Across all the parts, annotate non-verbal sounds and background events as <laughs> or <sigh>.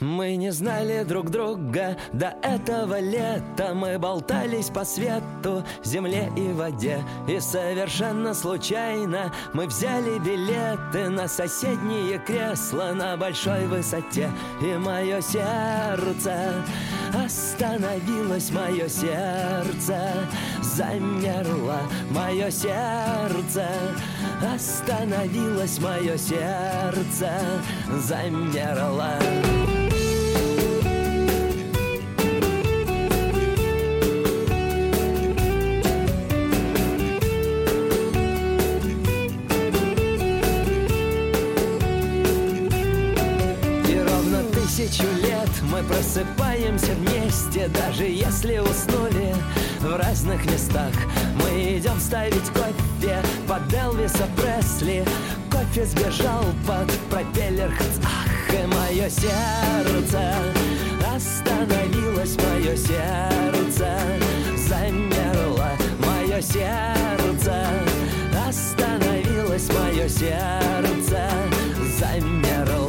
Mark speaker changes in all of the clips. Speaker 1: Мы не знали друг друга до этого лета Мы болтались по свету, земле и воде И совершенно случайно мы взяли билеты На соседние кресла на большой высоте И мое сердце Остановилось мое сердце Замерло мое сердце Остановилось мое сердце Замерло И ровно тысячу лет мы просыпаемся вместе Даже если уснули в разных местах Мы идем ставить кофе под Элвиса Пресли Кофе сбежал под пропеллер Хац. Ах, и мое сердце Остановилось мое сердце Замерло мое сердце Остановилось мое сердце Замерло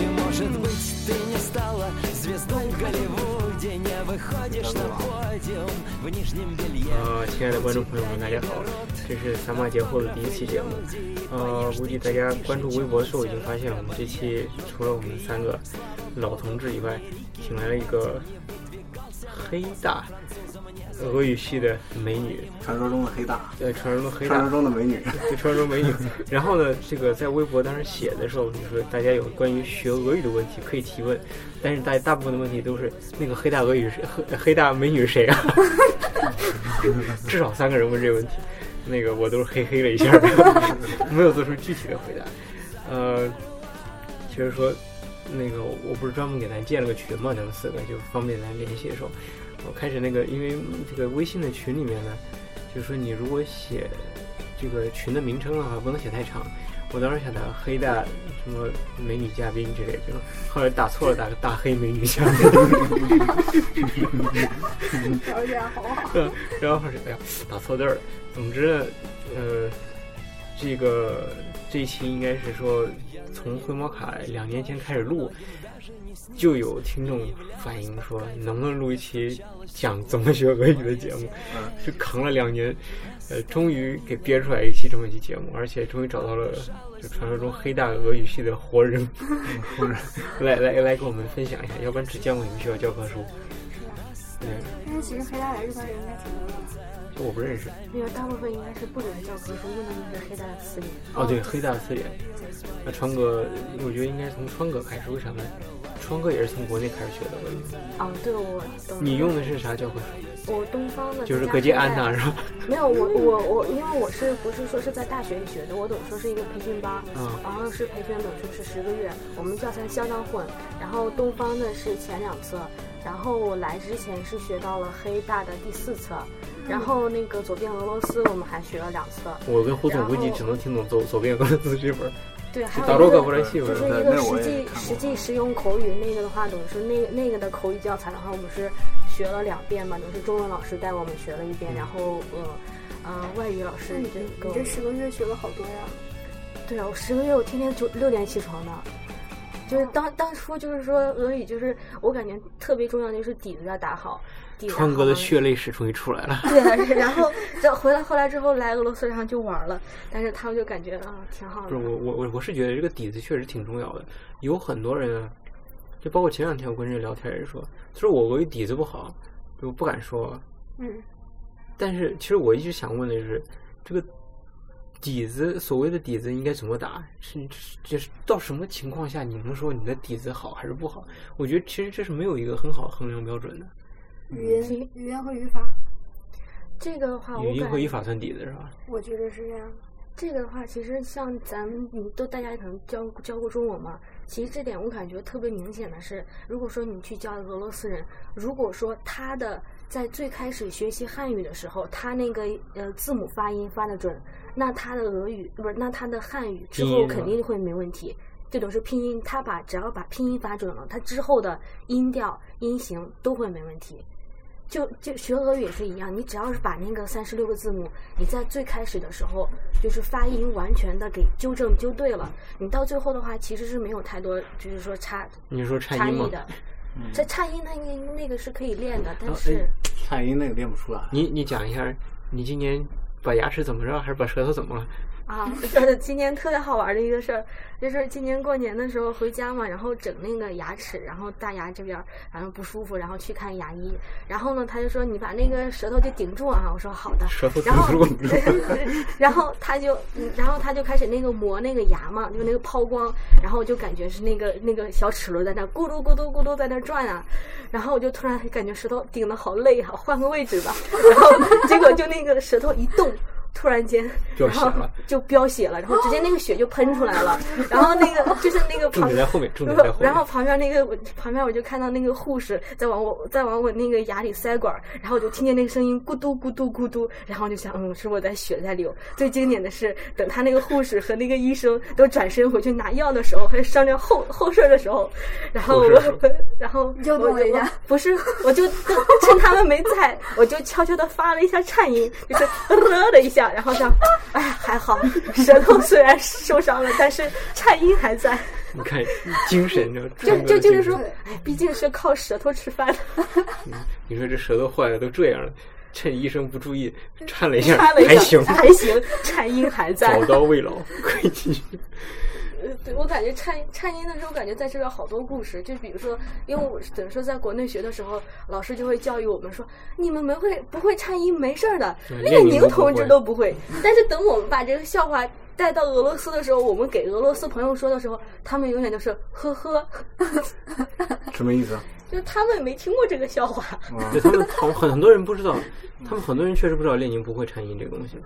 Speaker 1: И может быть ты не стала звездой в Голливуде Не выходишь на подиум в нижнем белье
Speaker 2: 呃，亲爱的观众朋友们，大家好，这是三马节后的第一期节目。呃，估计大家关注微博的时候已经发现，我们这期除了我们三个老同志以外，请来了一个黑大俄语系的美女，
Speaker 3: 传说中的黑大，
Speaker 2: 呃，传说中黑
Speaker 3: 传
Speaker 2: 大
Speaker 3: 说，中的美女，
Speaker 2: 对，传说中美女。 <laughs> 然后呢，这个在微博当时写的时候，就是说大家有关于学俄语的问题可以提问，但是大大部分的问题都是那个黑大俄语是黑黑大美女是谁啊？ <laughs> 至少三个人问这个问题，那个我都是嘿嘿了一下， <laughs> 没有做出具体的回答。呃，其实说那个我不是专门给咱建了个群嘛，咱们四个就方便咱联系的时候，我开始那个因为这个微信的群里面呢，就是说你如果写这个群的名称的话，不能写太长。我当时想打黑大什么美女嘉宾之类的，后来打错了，打个大黑美女嘉宾。
Speaker 4: 条件好不好？
Speaker 2: 嗯然后是哎呀，打错字儿了。总之呢，呃，这个这一期应该是说从灰猫卡两年前开始录，就有听众反映说能不能录一期讲怎么学俄语的节目，就扛了两年，呃，终于给憋出来一期这么一期节目，而且终于找到了就传说中黑大俄语系的活人， <laughs> 活人来来来给我们分享一下，要不然只见过你们学校教科书。对，
Speaker 4: 但是其实黑带来日本人应该挺多的，
Speaker 2: 就我不认识。
Speaker 5: 没有，大部分应该是不只是教科书，用的就是黑带的词典。
Speaker 2: 哦，对，黑大词典。那川哥，我觉得应该从川哥开始，为啥呢？川哥也是从国内开始学的俄语。
Speaker 5: 哦，对，我懂。
Speaker 2: 你用的是啥教科书？
Speaker 5: 我东方的
Speaker 2: 就是
Speaker 5: 加
Speaker 2: 格吉
Speaker 5: 黑带
Speaker 2: 安娜是吧？ <laughs>
Speaker 5: 没有，我我我，因为我是不是说是在大学里学的，我等于说是一个培训班，
Speaker 2: 嗯
Speaker 5: 然后是培训等于说是十个月，我们教材相当混，然后东方的是前两册，然后我来之前是学到了黑大的第四册，然后那个左边俄罗斯我们还学了两册，
Speaker 2: 我跟胡总估计
Speaker 5: 然后
Speaker 2: 只能听懂左左 <laughs> 边俄罗斯这本。
Speaker 5: 对，还
Speaker 2: 打
Speaker 5: 有
Speaker 2: 洛
Speaker 5: 一
Speaker 2: 克不
Speaker 5: 个
Speaker 2: 莱西
Speaker 5: 就
Speaker 2: 文
Speaker 5: 是。
Speaker 3: 那
Speaker 5: 一
Speaker 3: 那
Speaker 5: 个
Speaker 3: 我
Speaker 5: 实
Speaker 3: 也
Speaker 5: 际
Speaker 3: 看过
Speaker 5: 实际实用口语那个的话，等于说那个那个的口语教材的话，我们是学了两遍嘛，等于是中文老师带我们学了一
Speaker 2: 嗯
Speaker 5: 遍，然后呃呃外语老师
Speaker 4: 你
Speaker 5: 就跟
Speaker 4: 这
Speaker 5: 我们
Speaker 4: 你这十个月学了好多呀，
Speaker 5: 对啊，我十个月我天天九六点起床的，就是
Speaker 4: 哦
Speaker 5: 当当初就是说俄语就是我感觉特别重要的就是底子要打好，底子打
Speaker 2: 川哥的
Speaker 5: 好
Speaker 2: 血泪史终于出来了。
Speaker 5: 对啊，是然后这回来后来之后来俄罗斯然后就玩了，但是他们就感觉啊挺好
Speaker 2: 不
Speaker 5: 的
Speaker 2: 是，我我我我是觉得这个底子确实挺重要的。有很多人啊，就包括前两天我跟人聊天人说，他说我俄语底子不好，就不敢说。
Speaker 4: 嗯，
Speaker 2: 但是其实我一直想问的就是，这个底子，所谓的底子应该怎么打？是是就是到什么情况下你能说你的底子好还是不好？我觉得其实这是没有一个很好的衡量标准的。
Speaker 4: 语言语言和语法，
Speaker 5: 这个的啊话，我
Speaker 2: 语音
Speaker 5: 感
Speaker 2: 和语法算底子是吧？
Speaker 4: 我觉得是这样。
Speaker 5: 这个的话，其实像咱们你都大家可能教教过中文嘛，其实这点我感觉特别明显的是，如果说你去教俄罗斯人，如果说他的在最开始学习汉语的时候，他那个呃字母发音发的准，那他的俄语不是那他的汉语之
Speaker 2: 拼
Speaker 5: 后
Speaker 2: 音是吧
Speaker 5: 肯定会没问题。这种是拼音，他把只要把拼音发准了，他之后的音调、音型都会没问题。就就学俄语也是一样，你只要是把那个三十六个字母，你在最开始的时候就是发音完全的给纠正纠对了，你到最后的话其实是没有太多就是说差
Speaker 2: 你说颤
Speaker 5: 差
Speaker 2: 音吗 <laughs> 嗯
Speaker 5: 异？的。这差音它那个那个是可以练的，但
Speaker 2: 哎
Speaker 5: 是
Speaker 3: 颤音那个练不出来。
Speaker 2: 你你讲一下，你今年把牙齿怎么着，还是把舌头怎么了？
Speaker 5: 啊， <laughs> 呃，今年特别好玩的一个事儿，就是今年过年的时候回家嘛，然后整那个牙齿，然后大牙这边儿然后不舒服，然后去看牙医，然后呢，他就说你把那个舌头就顶住啊，我说好的，
Speaker 2: 舌头
Speaker 5: 然后
Speaker 2: 顶，
Speaker 5: 然后他就，嗯然后他就开始那个磨那个牙嘛，就那个抛光，然后我就感觉是那个那个小齿轮在那咕噜咕噜咕噜在那转啊，然后我就突然感觉舌头顶的好累啊，换个位置
Speaker 2: <laughs>
Speaker 5: 吧，然后结果就那个舌头一动。突然间，
Speaker 2: 飙
Speaker 5: 然
Speaker 2: 血
Speaker 5: 后
Speaker 2: 了
Speaker 5: 就飙血了，然后直接那个血就喷出来了，然后那个就是那个
Speaker 2: <laughs> 重
Speaker 5: 旁
Speaker 2: 点在后面，重
Speaker 5: 然
Speaker 2: 点在后
Speaker 5: 后
Speaker 2: 面
Speaker 5: 然。后旁边那个我旁边我就看到那个护士在往我在往我那个牙里塞管儿，然后我就听见那个声音咕嘟咕嘟咕嘟，然后我就想，嗯，是我在血在流。最经典的是，等他那个护士和那个医生都转身回去拿药的时候，还商量后后事儿的时候，然后
Speaker 2: 后事儿是
Speaker 5: 我 <laughs> 然后
Speaker 4: 你就
Speaker 5: 我
Speaker 4: 躲一下，
Speaker 5: 不是，我
Speaker 4: <laughs>
Speaker 5: 就趁他们没在，我就悄悄的发了一下颤音，就是了的一下，然后想，哎，还好，舌头虽然受伤了，但是颤音还在。
Speaker 2: 你看，精神就
Speaker 5: 就
Speaker 2: 战斗
Speaker 5: 就
Speaker 2: 的
Speaker 5: 就
Speaker 2: 精
Speaker 5: 是说
Speaker 2: 神，
Speaker 5: 哎，毕竟是靠舌头吃饭，
Speaker 2: 你说这舌头坏了都这样了，趁医生不注意颤了一下，
Speaker 5: 插了一
Speaker 2: 还
Speaker 5: 下，
Speaker 2: 行，
Speaker 5: <laughs> 还行，颤音还在
Speaker 2: 早。刀未老，可以继续。
Speaker 5: 呃对，我感觉颤颤音的时候，感觉在这边好多故事，就比如说，因为我等于说在国内学的时候，老师就会教育我们说，你们没会不会颤音没事儿的，
Speaker 2: 嗯
Speaker 5: 列
Speaker 2: 列宁
Speaker 5: 宁
Speaker 2: 都不
Speaker 5: 同志
Speaker 2: 会
Speaker 5: 都
Speaker 2: <laughs>
Speaker 5: 不会。但是等我们把这个笑话。带到俄罗斯的时候，我们给俄罗斯朋友说的时候，他们永远都是呵呵， <laughs>
Speaker 3: 什么意思啊？
Speaker 5: 就是他们没听过这个笑话。
Speaker 2: 对他们好很很多人不知道，他们很多人确实不知道列宁不会颤音这个东西。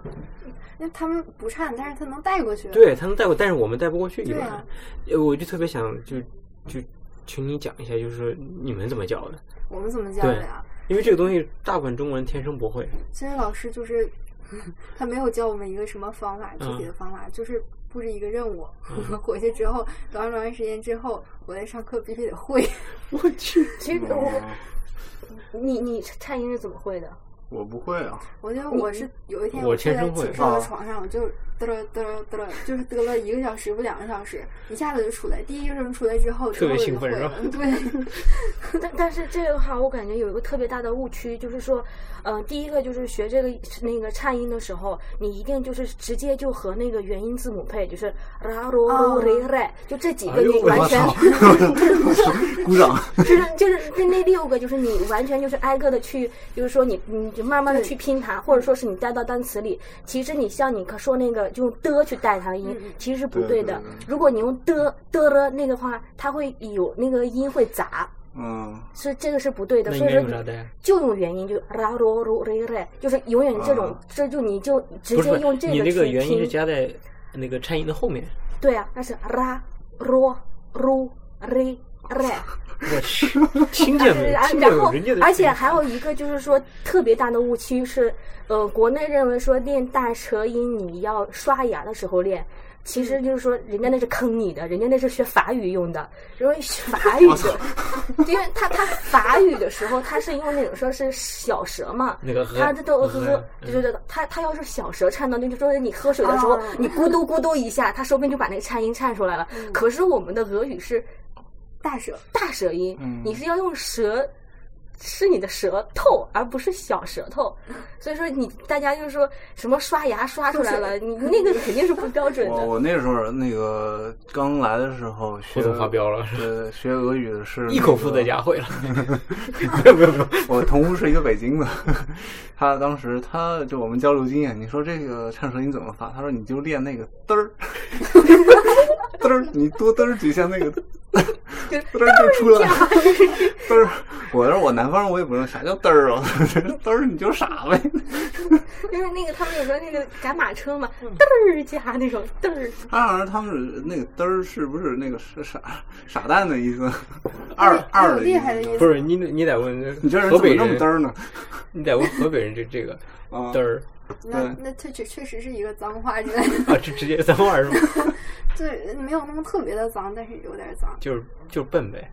Speaker 4: 那他们不颤，但是他能带过去。
Speaker 2: 对他能带过，但是我们带不过去一
Speaker 4: 对
Speaker 2: 般。
Speaker 4: 啊
Speaker 2: 呃我就特别想就就请你讲一下，就是说你们怎么教的？
Speaker 4: 我们怎么教的呀？
Speaker 2: 因为这个东西大部分中国人天生不会。
Speaker 4: 其实老师就是 <laughs> 他没有教我们一个什么方法，具体的方
Speaker 2: 嗯
Speaker 4: 法，就是布置一个任务。我 <laughs> 们回去之后，多长多长时间之后，我在上课必须得会。
Speaker 2: 我去，
Speaker 5: 其实我，
Speaker 3: 我
Speaker 5: 你你颤音是怎么会的？
Speaker 3: 我不会啊，
Speaker 4: <laughs> 我觉得我是有一天
Speaker 2: 我
Speaker 4: 我睡
Speaker 2: 天生
Speaker 4: 在
Speaker 2: 会啊
Speaker 4: 寝室的床上，我就嘚了嘚了嘚了，就是嘚了一个小时不两个小时，一下子就出来。第一个声出来之后，
Speaker 2: 特别
Speaker 4: 之后
Speaker 2: 兴奋
Speaker 4: 我就是
Speaker 2: 吧
Speaker 4: 会了
Speaker 5: <laughs>
Speaker 4: 对， <laughs>
Speaker 5: 但但是这个的话，我感觉有一个特别大的误区，就是说，呃，第一个就是学这个那个颤音的时候，你一定就是直接就和那个元音字母配，就是啦罗罗雷瑞，就这几个
Speaker 2: 哎呦
Speaker 5: 你
Speaker 2: 我
Speaker 5: 完全、 <laughs>
Speaker 3: <laughs> 鼓掌。
Speaker 5: 就是就是那那六个，就是你完全就是挨个的去，就是说你你就慢慢的去拼它，或者说是你带到单词里。其实你像你可说那个就用的去带它的音，其实是不
Speaker 3: 对
Speaker 5: 的
Speaker 3: 对对。
Speaker 5: 如果你用的的了那个话，它会有那个音会杂。
Speaker 3: 嗯，
Speaker 5: 是这个是不对的，
Speaker 2: 那
Speaker 5: 所
Speaker 2: 应
Speaker 5: 以
Speaker 2: 该用啥
Speaker 5: 说
Speaker 2: 带啊？
Speaker 5: 就用元音，就啦罗罗瑞瑞，就是永远这种
Speaker 3: 啊，
Speaker 5: 这就你就直
Speaker 2: 不是
Speaker 5: 接用这
Speaker 2: 你那个
Speaker 5: 去
Speaker 2: 原因是
Speaker 5: 拼，
Speaker 2: 加在那个颤音的后面。
Speaker 5: 对啊，那是啦罗罗瑞瑞。
Speaker 2: 我去，听见没
Speaker 5: <laughs> 啊？
Speaker 2: 听见
Speaker 5: 然
Speaker 2: 没？
Speaker 5: 后
Speaker 2: 人家，的
Speaker 5: 而且还有一个就是说特别大的误区是，呃，国内认为说练大舌音你要刷牙的时候练。其实就是说，人家那是坑你的，人家那是学法语用的，因为法语的，因为他他法语的时候，他是用那种说是小舌嘛，
Speaker 2: 那个
Speaker 5: 他这都
Speaker 2: 呃
Speaker 5: 喝
Speaker 2: 呃
Speaker 5: 喝，就是他他要是小舌颤到，那就说你喝水的时候
Speaker 4: 哦，
Speaker 5: 你咕嘟咕嘟一下，他说不定就把那个颤音颤出来了。可是我们的俄语是
Speaker 4: 大舌
Speaker 5: 大舌音，
Speaker 3: 嗯
Speaker 5: 你是要用舌吃你的舌头，而不是小舌
Speaker 3: <laughs>
Speaker 5: 头。所以说你大家就是说什么刷牙刷出
Speaker 3: <laughs>
Speaker 5: 来了，你那个肯定是不标准
Speaker 3: 我
Speaker 5: 的。
Speaker 3: 我那时候那个刚来的时候学
Speaker 2: 胡总发飙了
Speaker 3: 对，学俄语的是
Speaker 2: <laughs> 一口附在
Speaker 3: 家。
Speaker 2: 家会 <laughs> 了。没有没有没有，
Speaker 3: 我同屋是一个北京的，他当时他就我们交流经验，你说这个唱舌音怎么发？他说你就练那个嘚儿，嘚儿，你多嘚儿几下那个嘚儿嘚儿就出来了，嘚儿。我说我南方人，我也不知道啥叫嘚儿啊，嘚儿你就傻呗。
Speaker 5: 就是那个他们有时候那个赶马车嘛，
Speaker 3: 嗯
Speaker 5: 嘚儿加那种嘚儿，
Speaker 3: 他好像他们那个嘚儿是不是那个是傻傻蛋的意思？二二
Speaker 4: 有
Speaker 3: 的
Speaker 4: 哎厉
Speaker 3: 意
Speaker 4: 害的
Speaker 3: 思。
Speaker 4: 意
Speaker 2: 不
Speaker 4: 思。
Speaker 2: 是你得你得问呃
Speaker 3: 你这人
Speaker 2: 河
Speaker 3: 怎
Speaker 2: 北
Speaker 3: 么那么
Speaker 2: 人
Speaker 3: 嘚儿呢？
Speaker 2: 你得问河北人这这个
Speaker 3: 啊
Speaker 2: 嘚儿
Speaker 4: 那
Speaker 3: 对
Speaker 4: 那确确确实是一个脏话之类的， <laughs>
Speaker 2: 啊，就直接脏话是吗？
Speaker 4: 对，没有那么特别的脏，但是有点脏，
Speaker 2: <laughs> 就是就是笨呗，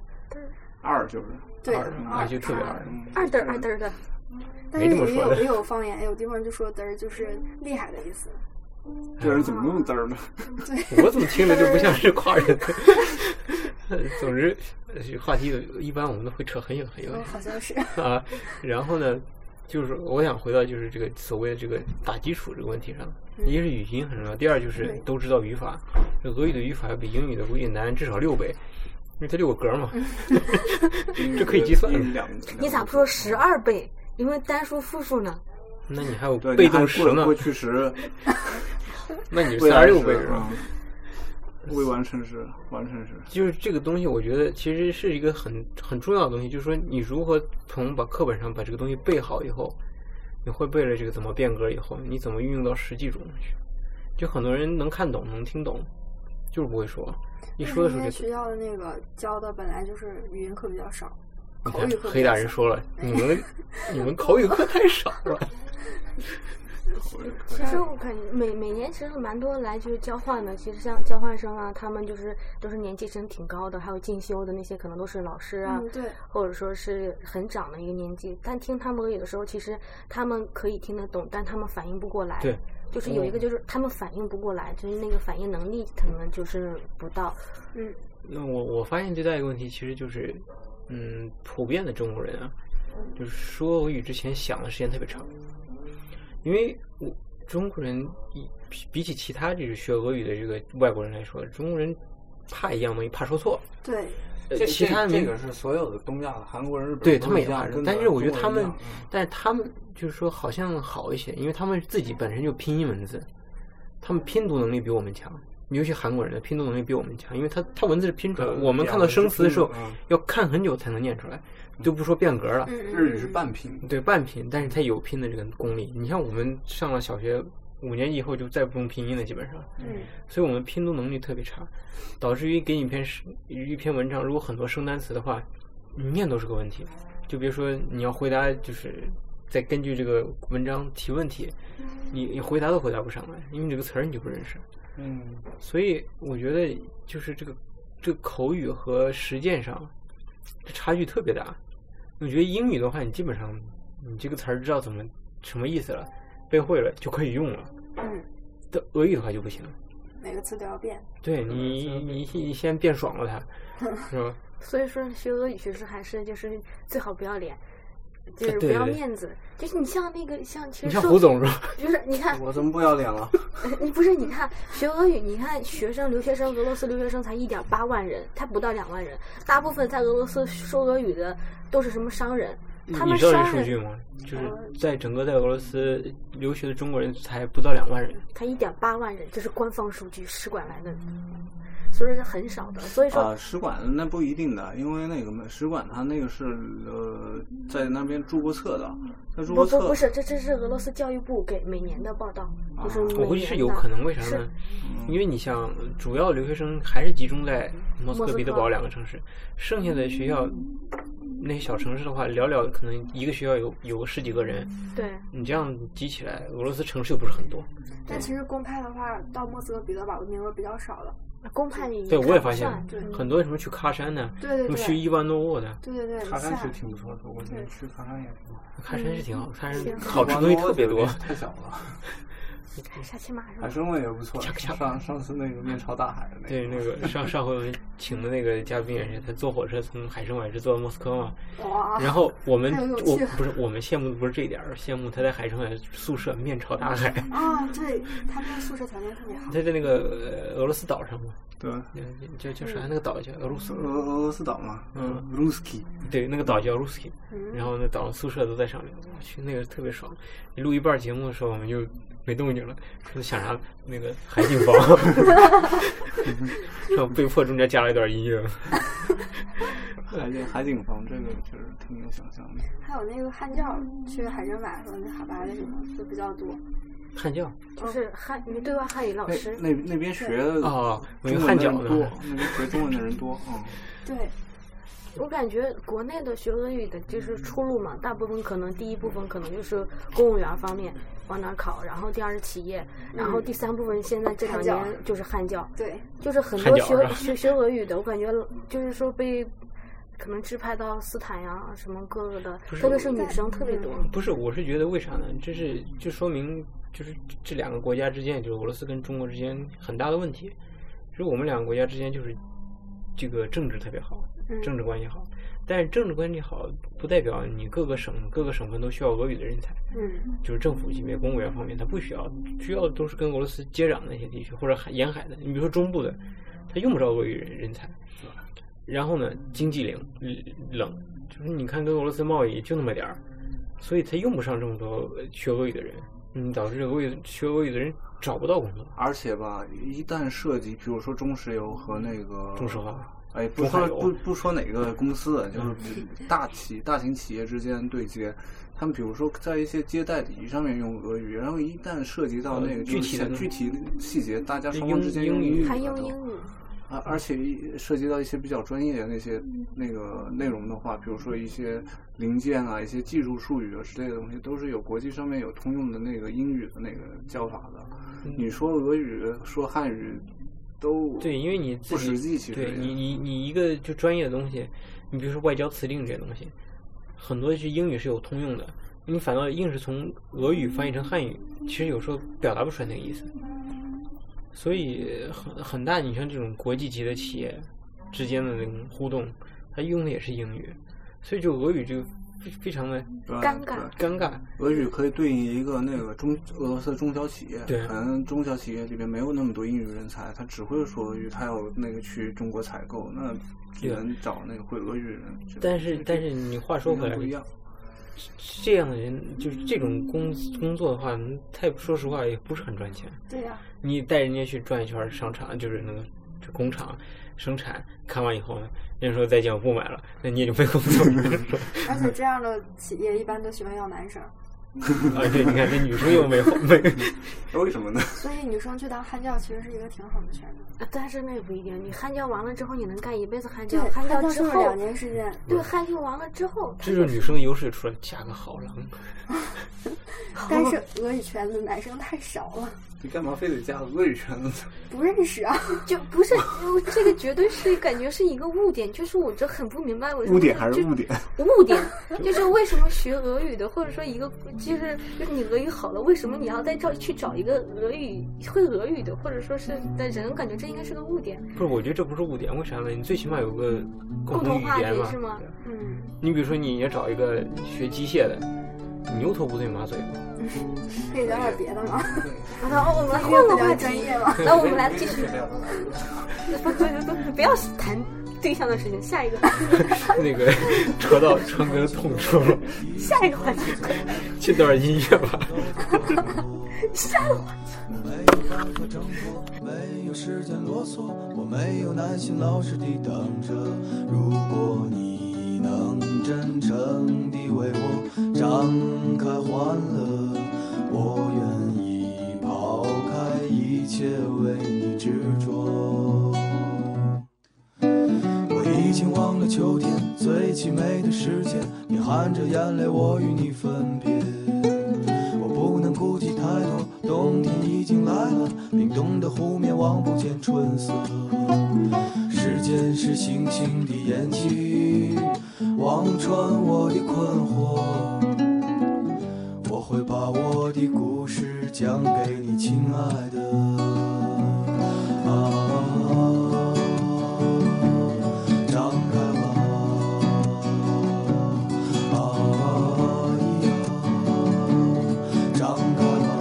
Speaker 3: 二就是
Speaker 4: 对，
Speaker 2: 二
Speaker 4: 很
Speaker 2: 啊
Speaker 4: 二
Speaker 2: 就特别
Speaker 4: 二
Speaker 2: 二。
Speaker 3: 嗯
Speaker 5: 二嘚儿二嘚儿的，
Speaker 4: 但
Speaker 2: 没
Speaker 4: 是
Speaker 2: 这么
Speaker 4: 也
Speaker 2: 说
Speaker 4: 有
Speaker 2: 的
Speaker 4: 也有方言，有地方就说嘚儿就是厉害的意思，
Speaker 3: 这人怎么那么嘚儿呢？
Speaker 2: 我怎么听着就不像是夸人？ <laughs> 呃总之，呃这话题一般我们都会扯很远很远
Speaker 4: 嗯，好像是，
Speaker 2: 啊。然后呢，就是我想回到就是这个所谓的这个打基础这个问题上，
Speaker 3: 嗯
Speaker 2: 一个是语音很重要，第二就是
Speaker 4: 对
Speaker 2: 都知道语法。这俄语的语法要比英语的估计难至少六倍，因为它六个格嘛。 <laughs> 这可以计算的
Speaker 3: 嗯两个
Speaker 5: 你咋不说十二倍？因为单数复数呢？
Speaker 2: 那你还有
Speaker 3: 对，
Speaker 2: 被
Speaker 3: 你还
Speaker 2: 动式
Speaker 3: 过
Speaker 2: 呢
Speaker 3: 过，去时，
Speaker 2: 那你
Speaker 3: 未
Speaker 2: 三十
Speaker 3: 来时
Speaker 2: 六倍是吧？
Speaker 3: 啊未完成时，完成时，
Speaker 2: 就是这个东西，我觉得其实是一个很很重要的东西，就是说你如何从把课本上把这个东西背好以后，你会背了这个怎么变革以后，你怎么运用到实际中去。就很多人能看懂，能听懂，就是不会说。一说的时
Speaker 4: 因
Speaker 2: 候
Speaker 4: 为
Speaker 2: 就
Speaker 4: 学校的那个教的本来就是语音课比较少，
Speaker 2: 你
Speaker 4: 口语
Speaker 2: 看
Speaker 4: 课
Speaker 2: 黑
Speaker 4: 比较
Speaker 2: 大人
Speaker 4: 少
Speaker 2: 说了，你
Speaker 4: <laughs>
Speaker 2: 们你们口语课太少了。
Speaker 5: 其实
Speaker 3: 嗯
Speaker 5: 我感觉每每年其实蛮多来就是交换的，其实像交换生啊，他们就是都是年纪真挺高的，还有进修的那些可能都是老师啊，
Speaker 4: 嗯，对，
Speaker 5: 或者说是很长的一个年纪。但听他们俄语的时候，其实他们可以听得懂，但他们反应不过来。
Speaker 2: 对，嗯
Speaker 5: 就是有一个就是他们反应不过来，就是那个反应能力可能就是不到。
Speaker 4: 嗯，
Speaker 2: 那我我发现最大一个问题其实就是，嗯，普遍的中国人啊，就是说俄语之前想的时间特别长，因为我中国人一比比起其他就是学俄语的这个外国人来说，中国人怕一样东西，怕说错。
Speaker 4: 对，
Speaker 3: 呃这
Speaker 2: 其他
Speaker 3: 这
Speaker 2: 民
Speaker 3: 个是所有的东亚的韩国人、日本
Speaker 2: 对
Speaker 3: 人
Speaker 2: 他
Speaker 3: 都
Speaker 2: 们
Speaker 3: 一
Speaker 2: 也怕
Speaker 3: 样，
Speaker 2: 人
Speaker 3: 跟
Speaker 2: 但
Speaker 3: 咱
Speaker 2: 是我觉得
Speaker 3: 中
Speaker 2: 他
Speaker 3: 国人
Speaker 2: 们
Speaker 3: 一样，
Speaker 2: 但是他们就是说好像好一些，因为他们自己本身就拼音文字，他们拼读能力比我们强，尤其韩国人的拼读能力比我们强，因为他他文字是拼出来的，
Speaker 3: 对
Speaker 2: 我们看到生词的时候
Speaker 3: 呃两个是拼的嗯
Speaker 2: 要看很久才能念出来，就不说变格了，
Speaker 4: 嗯，
Speaker 3: 嗯日语是半拼，
Speaker 2: 对半拼，但是他有拼的这个功力。你像我们上了小学五年级以后就再不用拼音了，基本上，
Speaker 4: 嗯，
Speaker 2: 所以我们拼读能力特别差，导致于给你一篇诗一篇文章，如果很多生单词的话，你念都是个问题。就别说你要回答，就是再根据这个文章提问题，你你回答都回答不上来，因为这个词儿你就不认识。
Speaker 3: 嗯，
Speaker 2: 所以我觉得就是这个这个口语和实践上这差距特别大。我觉得英语的话，你基本上你这个词儿知道怎么什么意思了，背会了就可以用了。
Speaker 4: 嗯，
Speaker 2: 但俄语的话就不行。
Speaker 4: 每个词都要变，
Speaker 2: 对你，你你先变爽了
Speaker 5: <laughs>
Speaker 2: 他，是吧？
Speaker 5: 所以说学俄语其实还是就是最好不要脸。就
Speaker 2: 啊
Speaker 5: 是不
Speaker 2: 对
Speaker 5: 要
Speaker 2: 对对
Speaker 5: 面子，就是你像那个像其
Speaker 2: 你
Speaker 5: 实
Speaker 2: 像
Speaker 5: 受
Speaker 2: 胡，总是吧？
Speaker 5: 就是你看
Speaker 3: 我怎么不
Speaker 2: <laughs>
Speaker 3: 要脸了？
Speaker 5: 你不是你看学俄语，你看学生留学生，俄罗斯留学生才一点八万人，才不到两万人，大部分在俄罗斯说俄语的都是什么商人？他
Speaker 2: 你
Speaker 5: 们嗯
Speaker 2: 知道这
Speaker 5: 商
Speaker 2: 数据
Speaker 5: 人
Speaker 2: 吗？就是在整个在俄罗斯留学的中国人才不到两万人。
Speaker 5: 才一点八万人，这是官方数据，使馆来的，所以说很少的。所以说，
Speaker 3: 啊，使馆那不一定的，因为那个使馆它那个是呃在那边驻过册的，在驻
Speaker 5: 不
Speaker 3: 过
Speaker 5: 不
Speaker 3: 册
Speaker 5: 不是，这这是俄罗斯教育部给每年的报道，就是每
Speaker 2: 啊我估计是
Speaker 5: 年
Speaker 2: 有
Speaker 5: 的
Speaker 2: 可能，为啥
Speaker 5: 是
Speaker 2: 呢？因为你像主要留学生还是集中在莫斯
Speaker 5: 莫
Speaker 2: 科、
Speaker 5: 斯
Speaker 2: 彼得
Speaker 5: 科
Speaker 2: 堡两个城市，剩下的学校那些小城市的话，寥寥可能一个学校有有十几个人，
Speaker 5: 对。
Speaker 2: 你这样集起来，俄罗斯城市又不是很多。
Speaker 4: 但其实公派的话，到莫斯科、彼得堡的名额比较少了，
Speaker 5: 公派也
Speaker 2: 对，我也
Speaker 5: 看不
Speaker 2: 发现
Speaker 5: 上
Speaker 4: 对
Speaker 2: 很多什么去喀山的，
Speaker 4: 对对
Speaker 2: 什么
Speaker 4: 对
Speaker 2: 去伊万诺沃的，
Speaker 4: 对对对，
Speaker 3: 喀山
Speaker 4: 下
Speaker 3: 是挺不错的，我觉得去喀山也挺好。
Speaker 2: 喀山是挺好，喀
Speaker 5: 嗯行
Speaker 2: 山好吃的东西特别多。
Speaker 3: 太小了。
Speaker 5: 沙琪玛
Speaker 3: 海
Speaker 5: 是
Speaker 2: 啊
Speaker 5: 吧？
Speaker 3: 参崴也不错，
Speaker 2: 恰恰
Speaker 3: 上上次那个面朝大海的那
Speaker 2: 对，
Speaker 3: 个，
Speaker 2: 那个上上回我们请的那个嘉宾也是，他坐火车从海参崴是坐到莫斯科嘛。
Speaker 4: 哇，
Speaker 2: 然后我
Speaker 4: <laughs>
Speaker 2: 们
Speaker 4: 太啊有
Speaker 2: 我
Speaker 4: 趣了
Speaker 2: 不是我们羡慕的不是这一点，而是羡慕他在海参崴宿舍面朝大海。
Speaker 4: 啊，对他们的宿舍条件特别
Speaker 2: <laughs>
Speaker 4: 好，
Speaker 2: 他在那个呃俄罗斯岛上嘛，
Speaker 3: 对，
Speaker 2: 那个叫叫啥？那个岛叫俄罗斯
Speaker 3: 俄，俄罗斯岛嘛，
Speaker 2: 嗯
Speaker 3: ，Ruski，
Speaker 2: 对，那个岛叫 Ruski。然
Speaker 4: 嗯
Speaker 2: 后那岛上宿舍都在上面，我去，那个特别爽。录一半节目的时候，我们就没动静了，说想啥那个海景房，
Speaker 4: <laughs>
Speaker 2: <laughs> 然后被迫中间加了一段音乐。
Speaker 3: 海景海景房这个确实挺有想象力。
Speaker 4: 还有那个汉教去海参崴和那海拔的什么就比较多，
Speaker 2: 汉教
Speaker 5: 就是汉，你们对外汉语老
Speaker 3: 那
Speaker 5: 师，
Speaker 3: 那那边学的
Speaker 2: 哦，我有
Speaker 3: 中文
Speaker 2: 汉
Speaker 3: 的
Speaker 2: 教
Speaker 3: 人多
Speaker 2: 呢，，
Speaker 3: 那边学中文的人多，嗯，
Speaker 4: 对，
Speaker 5: 我感觉国内的学俄语的就是出路嘛，大部分可能第一部分可能就是公务员方面往哪考，然后第二是企业，然后第三部分现在这两
Speaker 4: 汉教
Speaker 5: 年就是汉教，
Speaker 4: 对，
Speaker 5: 就是很
Speaker 2: 汉
Speaker 5: 多
Speaker 2: 教是
Speaker 5: 学
Speaker 2: 吧
Speaker 5: 学学俄语的，我感觉就是说被可能支派到斯坦呀、什么各个的，特别是女生特别多。
Speaker 4: 嗯
Speaker 2: 不是，我是觉得为啥呢？这是就说明就是这这两个国家之间，就是俄罗斯跟中国之间很大的问题，就是我们两个国家之间就是这个政治特别好，
Speaker 4: 嗯
Speaker 2: 政治关系好，但是政治关系好不代表你各个省各个省份都需要俄语的人才，
Speaker 4: 嗯
Speaker 2: 就是政府级别、公务员方面，他不需要，需要的都是跟俄罗斯接壤的一些地区或者海沿海的。你比如说中部的，他用不着俄语人人才。然后呢，经济领冷，就是你看跟俄罗斯贸易就那么点儿，所以他用不上这么多呃学俄语的人，嗯，导致俄语学俄语的人找不到工作。
Speaker 3: 而且吧，一旦涉及，比如说中石油和那个
Speaker 2: 中石化，
Speaker 3: 哎，不
Speaker 2: 中海
Speaker 3: 说
Speaker 2: 油嗯
Speaker 3: 不不说哪个公司，啊就是大企大型企业之间对接，他们比如说在一些接待礼仪上面用俄语，然后一旦涉及到
Speaker 2: 呃
Speaker 3: 那个
Speaker 2: 具
Speaker 3: 就
Speaker 2: 体
Speaker 3: 是
Speaker 2: 的
Speaker 3: 像
Speaker 2: 呢
Speaker 3: 具体细节，大家
Speaker 2: 就
Speaker 3: 双方
Speaker 2: 英
Speaker 3: 之间
Speaker 2: 英
Speaker 3: 用
Speaker 2: 语
Speaker 3: 英语
Speaker 5: 还
Speaker 3: 了
Speaker 5: 用
Speaker 3: 都
Speaker 5: 英语，
Speaker 3: 而而且一涉及到一些比较专业的那些那个内容的话，比如说一些零件啊、一些技术术语啊之类的东西，都是有国际上面有通用的那个英语的那个叫法的
Speaker 2: 嗯。
Speaker 3: 你说俄语、说汉语都
Speaker 2: 对，因为你自
Speaker 3: 不
Speaker 2: 己
Speaker 3: 实际，其实
Speaker 2: 对
Speaker 3: 也
Speaker 2: 你你你一个就专业的东西，你比如说外交辞令这些东西，很多是英语是有通用的，你反倒硬是从俄语翻译成汉语，其实有时候表达不出来那个意思。所以很很大，你像这种国际级的企业之间的那种互动，它用的也是英语，所以就俄语就非非常的
Speaker 3: 对
Speaker 5: 尴尬
Speaker 3: 呃对
Speaker 2: 尴尬。
Speaker 3: 俄语可以对应一个那个中俄罗斯的中小企业，
Speaker 2: 对
Speaker 3: 可能中小企业里边没有那么多英语人才，他只会说俄语，他要那个去中国采购，那只
Speaker 2: 对
Speaker 3: 能找那个会俄语人。这
Speaker 2: 但是但是你话说回来
Speaker 3: 不，一样，
Speaker 2: 这样的人就是这种工工作的话，他也说实话也不是很赚钱。
Speaker 4: 对呀、
Speaker 2: 你带人家去转一圈儿商场，就是那个就工厂生产，看完以后呢，人家说再见我不买了，那你也就没工作了。 <laughs>
Speaker 4: 而且这样的企业一般都喜欢要男生，
Speaker 2: 啊，对，你看这女生又没好没， <laughs>
Speaker 3: 为什么呢？ <laughs>
Speaker 4: 所以女生去当悍教其实是一个挺好的选择。
Speaker 5: 呃但是那也不一定。你悍教完了之后，你能干一辈子悍
Speaker 4: 对
Speaker 5: 教，，悍
Speaker 4: 悍
Speaker 5: 教
Speaker 4: 教
Speaker 5: 之
Speaker 4: 是不是
Speaker 5: 后哦
Speaker 4: 两，件事件，
Speaker 5: 对悍教完了之后，
Speaker 2: 这就是女生的优势出来，嫁个好郎。
Speaker 4: 但是俄语圈子男生太少了，
Speaker 3: 你干嘛非得加俄语圈子？
Speaker 4: 不认识啊。
Speaker 5: 就不是我这个绝对是感觉是一个误点，就是我这很不明白为什
Speaker 3: <laughs>
Speaker 5: 么
Speaker 3: 污点还是
Speaker 5: 就
Speaker 3: 污 <laughs> 点？
Speaker 5: 误点，就是为什么学俄语的，或者说一个就是就是你俄语好了，为什么你要再找去找一个俄语会俄语的，或者说是的人？感觉这应该是个误点，
Speaker 2: 不是，我觉得这不是误点，为啥呢？你最起码有个
Speaker 5: 共
Speaker 2: 共
Speaker 5: 同
Speaker 2: 语
Speaker 5: 话
Speaker 2: 言
Speaker 5: 题
Speaker 2: 嘛
Speaker 5: 是。吗？
Speaker 4: 嗯，
Speaker 2: 你比如说，你要找一个学机械的，牛头不对马嘴的，
Speaker 4: 可以聊点别的吗？
Speaker 5: 然后我们换
Speaker 4: 又
Speaker 5: 个
Speaker 4: 不聊
Speaker 5: 话
Speaker 4: 专
Speaker 5: 题，
Speaker 4: 业了。
Speaker 5: 然后我们来继续，不不不不不要谈对象的事情，下一个
Speaker 2: <laughs> 那个 <laughs> 扯到川哥的痛处了。
Speaker 5: 下一个话题，
Speaker 2: 这段音乐吧，
Speaker 1: 没有任何挣脱，没有时间啰嗦，我没有耐心老实地等着。如果你能真诚地为我张开欢乐，我愿意抛开一切为你执着。我已经忘了秋天最凄美的时间，你含着眼泪，我与你分别。我不能顾及太多，冬天已经来了，冰冻的湖面望不见春色。时间是星星的眼睛，望穿我的困惑。我会把我的故事讲给你，亲爱的。啊，张开吧，啊呀，张开吧，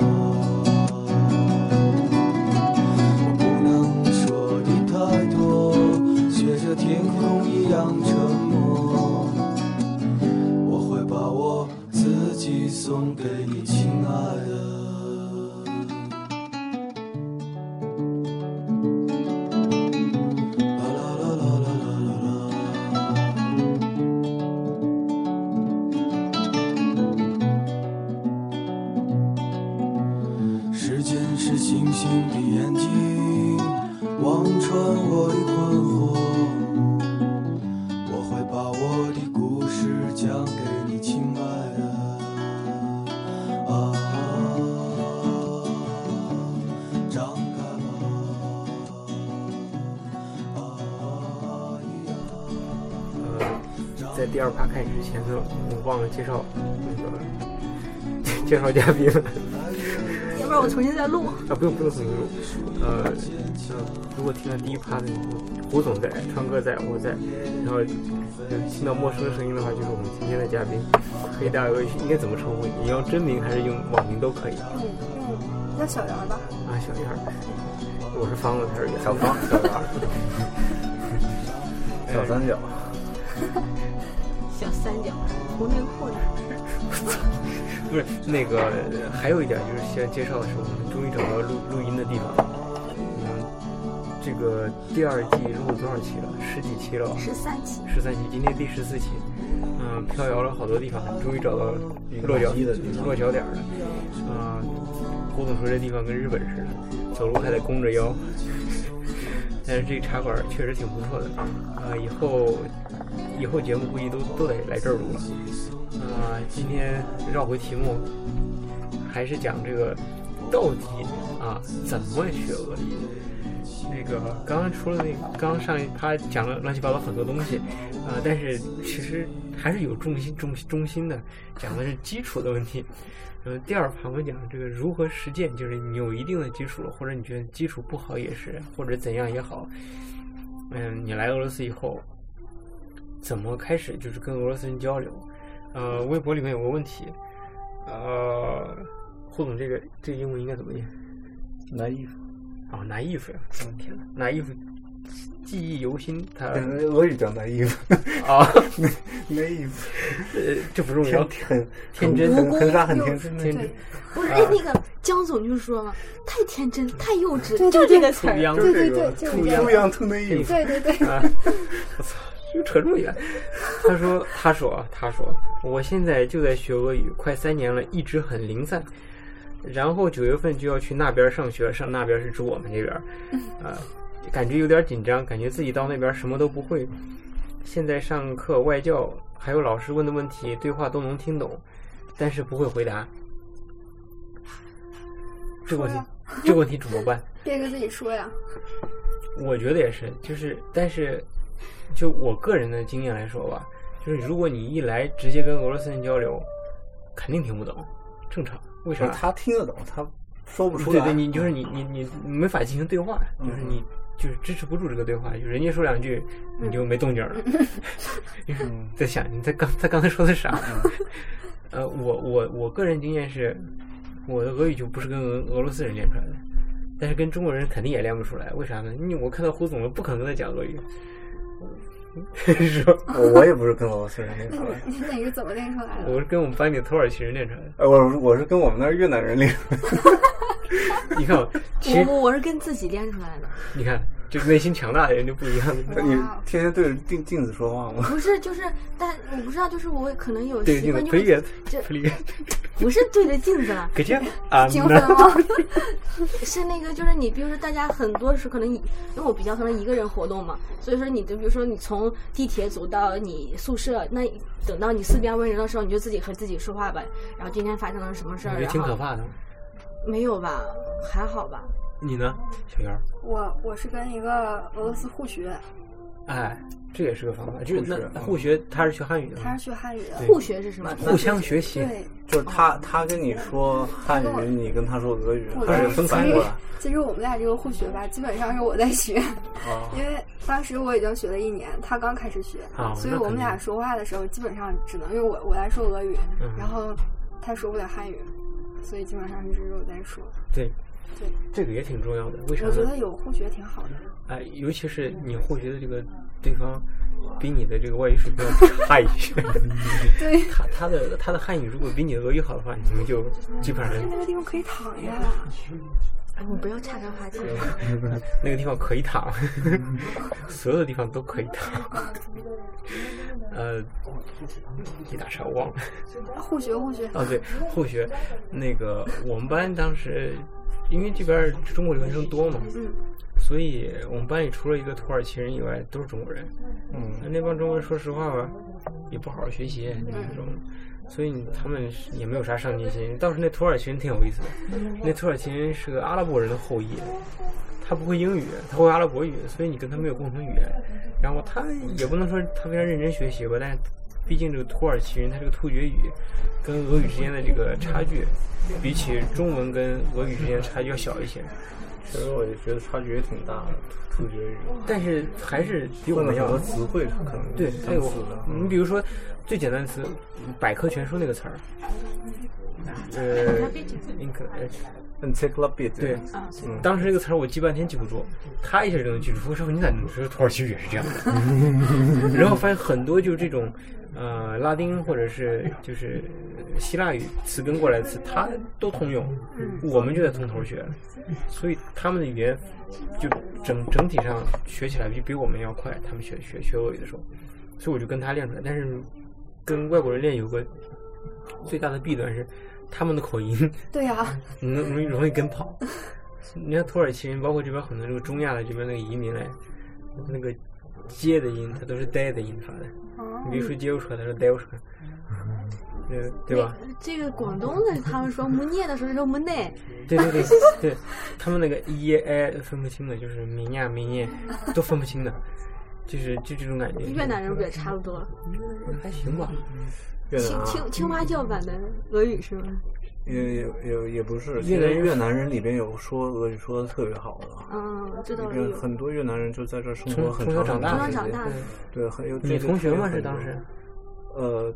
Speaker 1: 我不能说的太多，学着天空一样沉默。我会把我自己送给你，亲爱的。啦啦啦啦啦啦啦啦。时间是星星的眼睛，望穿我的困惑。我会把啊
Speaker 2: 第二趴开始之前呢，我忘了介绍那个介绍嘉宾了。
Speaker 6: 要不然我重新再录。
Speaker 2: 啊，不用不用重新录。呃，呃如果听到第一趴的你，胡总在，川哥在，我在，然后、呃听到陌生的声音的话，就是我们今天的嘉宾黑大鳄鱼，应该怎么称呼你？你要真名还是用网名都可以啊？
Speaker 4: 嗯嗯，叫小圆儿吧。
Speaker 2: 小燕儿，我是方子，他是圆，小方，小圆儿，
Speaker 3: 小三角，
Speaker 6: 小三角，红内裤呢？
Speaker 2: 不是那个，呃还有一点就是先介绍的是，我们终于找到录录音的地方了。嗯，这个第二季录了多少期了？十几期了吧？
Speaker 6: 十三期。
Speaker 2: 十三期，今天第十四期，嗯，飘摇了好多地方，终于找到落脚落脚点儿了。啊、郭总说这地方跟日本似的，走路还得弓着腰。但是这茶馆儿确实挺不错的，啊、以后以后节目估计都都得来这儿录了。啊、今天绕回题目，还是讲这个到底啊怎么学俄语？那个刚刚除了那个刚刚上一趴讲了乱七八糟很多东西，啊、但是其实还是有重心重中心的，讲的是基础的问题。嗯，第二盘我讲这个如何实践，就是你有一定的基础了，或者你觉得基础不好也是，或者怎样也好，嗯，你来俄罗斯以后，怎么开始就是跟俄罗斯人交流？呃，微博里面有个问题，呃，胡总这个这个英文应该怎么念？
Speaker 3: 拿衣服。
Speaker 2: 哦，拿衣服呀！天哪，拿衣服记忆犹新，他
Speaker 3: 俄语叫拿衣 <laughs> 服，
Speaker 2: 啊， <laughs>
Speaker 3: 拿衣服，
Speaker 2: 呃，这不重要
Speaker 3: 天。很
Speaker 2: 天真
Speaker 3: 很很傻，很天真
Speaker 2: 天
Speaker 3: 的
Speaker 2: 真，
Speaker 5: 不是，哎，那个江总就说了，太天真，太幼稚，
Speaker 4: 对
Speaker 5: 就这
Speaker 4: 对对
Speaker 5: 个词
Speaker 2: 土
Speaker 5: 儿。
Speaker 2: 秧
Speaker 4: 对对
Speaker 2: 这
Speaker 4: 对
Speaker 2: 个，
Speaker 4: 就是
Speaker 3: 不
Speaker 4: 这样
Speaker 3: 一。样，特那衣服。
Speaker 4: 对对对，
Speaker 2: 啊！我操，又扯这么远。他说：“他说啊，他说，我现在就在学俄语，快三年了，一直很零散。然后九月份就要去那边上学，上那边是指我们这边，啊、感觉有点紧张，感觉自己到那边什么都不会。现在上课、外教还有老师问的问题，对话都能听懂，但是不会回答。这个问题，这个问题怎么办？”
Speaker 4: 别跟自己说呀。
Speaker 2: 我觉得也是，就是但是，就我个人的经验来说吧，就是如果你一来直接跟俄罗斯人交流，肯定听不懂，正常。为
Speaker 3: 不
Speaker 2: 啥
Speaker 3: 是？哎他听得懂，他说不出
Speaker 2: 对
Speaker 3: 来。嗯
Speaker 2: 对，你就是你你你你没法进行对话，就是你就是支持不住这个对话，就人家说两句你就没动静了，
Speaker 3: 嗯
Speaker 2: 在想 <laughs> 你在刚他刚才说的啥？ <laughs> 呃，我我我个人经验是，我的俄语就不是跟俄俄罗斯人练出来的，但是跟中国人肯定也练不出来，为啥呢？因为我看到胡总了， <laughs> 不可能跟他讲俄语，是吧？
Speaker 3: <laughs> 我我也不是跟俄罗斯人练出来的，
Speaker 4: 你哪个怎么练出来的？
Speaker 2: 我是跟我们班里的土耳其人练出来的。
Speaker 3: 呃 <laughs> 我是我是跟我们那儿越南人练出来的。
Speaker 2: 你看我，其实
Speaker 6: 我我我是跟自己练出来的。
Speaker 2: 你看，就是内心强大的人就不一样了。
Speaker 3: 你天天对着镜镜子说话吗？ <laughs>
Speaker 5: 不是，就是，但我不知道，就是我可能有
Speaker 2: 对，
Speaker 5: 习
Speaker 2: 那个
Speaker 5: 惯，就
Speaker 2: p l e a
Speaker 5: 是
Speaker 2: s
Speaker 5: 这
Speaker 2: p l e a s
Speaker 5: 不是对着镜子了，
Speaker 4: <laughs>
Speaker 2: 给这样啊，
Speaker 4: 精分吗？
Speaker 2: <laughs>
Speaker 5: 是那个，就是你，比如说大家很多时候可能你，因为我比较可能一个人活动嘛，所以说你就比如说你从地铁走到你宿舍，那等到你四边围人的时候，你就自己和自己说话吧。然后今天发生了什么事
Speaker 2: 我
Speaker 5: 儿？
Speaker 2: 觉得
Speaker 5: 然
Speaker 2: 挺可
Speaker 5: 后
Speaker 2: 怕的。
Speaker 5: 没有吧，还好吧。
Speaker 2: 你呢，小姚？
Speaker 4: 我我是跟一个俄罗斯互学，
Speaker 2: 哎，这也是个方法，就是
Speaker 3: 互学
Speaker 2: 那
Speaker 3: 嗯
Speaker 2: 互学，啊他是学汉语的吗，
Speaker 4: 他是学汉语的。
Speaker 5: 互学是什么？
Speaker 2: 互
Speaker 5: <laughs>
Speaker 2: 相学习。
Speaker 4: 对，
Speaker 3: 就是他
Speaker 5: 哦
Speaker 3: 他跟你说汉语，你跟他说俄语，
Speaker 4: 我
Speaker 3: 他
Speaker 4: 当
Speaker 3: 是
Speaker 4: 时
Speaker 3: 分开过来。
Speaker 4: 其实我们俩这个互学吧，基本上是我在学，
Speaker 3: 啊
Speaker 4: 因为当时我已经学了一年，他刚开始学，
Speaker 2: 啊
Speaker 4: 所以
Speaker 2: 那
Speaker 4: 我
Speaker 2: 肯
Speaker 4: 们
Speaker 2: 定
Speaker 4: 俩说话的时候，基本上只能用我我来说俄语，
Speaker 2: 嗯
Speaker 4: 然后他说不了汉语，所以基本上就是我在说。
Speaker 2: 对，
Speaker 4: 对
Speaker 2: 这个也挺重要的。为啥
Speaker 4: 我觉
Speaker 2: 呢
Speaker 4: 得？有互学挺好的。
Speaker 2: 哎，尤其是你会觉得这个对方比你的这个外语水平要差一些，
Speaker 4: <laughs> 对，
Speaker 2: 他他的他的汉语如果比你的俄语好的话，你们就基本上 <laughs>
Speaker 4: 那个地方可以躺下，
Speaker 5: 你不要岔开话题。
Speaker 2: 那个地方可以躺，嗯 <laughs> 所有的地方都可以躺。
Speaker 4: <laughs>
Speaker 2: 呃，一打岔我忘了。
Speaker 4: 互学互学。
Speaker 2: 哦，对，后学，那个我们班当时，因为这边儿中国留学生多嘛，
Speaker 4: 嗯，
Speaker 2: 所以我们班里除了一个土耳其人以外，都是中国人。
Speaker 3: 嗯，
Speaker 2: 那那帮中国人，说实话吧，也不好好学习那种，所以他们是也没有啥上进心。倒是那土耳其人挺有意思的，那土耳其人是个阿拉伯人的后裔，他不会英语，他会阿拉伯语，所以你跟他没有共同语言。然后他也不能说他非常认真学习吧，但是毕竟这个土耳其人他这个突厥语跟俄语之间的这个差距，比起中文跟俄语之间的差距要小一些，
Speaker 3: 其实我也觉得差距也挺大的，突厥语
Speaker 2: 但是还是比我
Speaker 3: 换了
Speaker 2: 们
Speaker 3: 很
Speaker 2: 要
Speaker 3: 多词汇可能
Speaker 2: 对，它
Speaker 3: 相
Speaker 2: 有
Speaker 3: 似的，
Speaker 2: 你比如说最简单的词“百科全书”那个词儿，呃，你可呃
Speaker 3: ，encyclopedia
Speaker 2: 对，
Speaker 3: 嗯
Speaker 2: 当时这个词儿我记半天记不住，他一下就能记住。我说你咋你说土耳其语也是这样的？ <laughs> 然后发现很多就是这种呃拉丁或者是就是希腊语词根过来的词，它都通用，我们就得从头学，所以他们的语言就整整体上学起来比比我们要快。他们学学学俄语的时候，所以我就跟他练出来。但是跟外国人练有个最大的弊端是，他们的口音。
Speaker 4: 对呀、
Speaker 2: 你能容易容易跟跑。你看土耳其人，包括这边很多这个中亚的这边那个移民来，那个接的音，它都是带的音发的。
Speaker 4: 哦
Speaker 2: 你别说接不出来，他说带不出来，
Speaker 3: 嗯
Speaker 2: <laughs> 对对吧？
Speaker 5: 这个广东的他们说木聂的时候说木聂，
Speaker 2: 对对对对，他们那个 e i 分不清的，就是明呀明耶都分不清的，就是就这种感觉。
Speaker 5: 越南人不也差不多？
Speaker 2: 还行吧，
Speaker 3: 越南
Speaker 5: 青
Speaker 3: 啊
Speaker 5: 青青蛙叫版的俄语是吗？
Speaker 3: 也也也也不是，
Speaker 2: 越
Speaker 3: 其
Speaker 2: 南
Speaker 3: 实越南人里边有说俄语说的特别好的，
Speaker 5: 嗯，知道
Speaker 3: 里
Speaker 5: 了
Speaker 3: 边
Speaker 5: 有。
Speaker 3: 很多越南人就在这儿生活
Speaker 2: 从
Speaker 3: 很
Speaker 2: 从小
Speaker 3: 长
Speaker 2: 长
Speaker 3: 很
Speaker 2: 大，
Speaker 3: 长时
Speaker 5: 从小长
Speaker 3: 间
Speaker 5: 大
Speaker 2: 对
Speaker 3: 对，很有这
Speaker 2: 你
Speaker 3: 个
Speaker 2: 同学
Speaker 3: 挺
Speaker 2: 吗？
Speaker 3: 有
Speaker 2: 是
Speaker 3: 很
Speaker 2: 当
Speaker 3: 多
Speaker 2: 时
Speaker 3: 呃，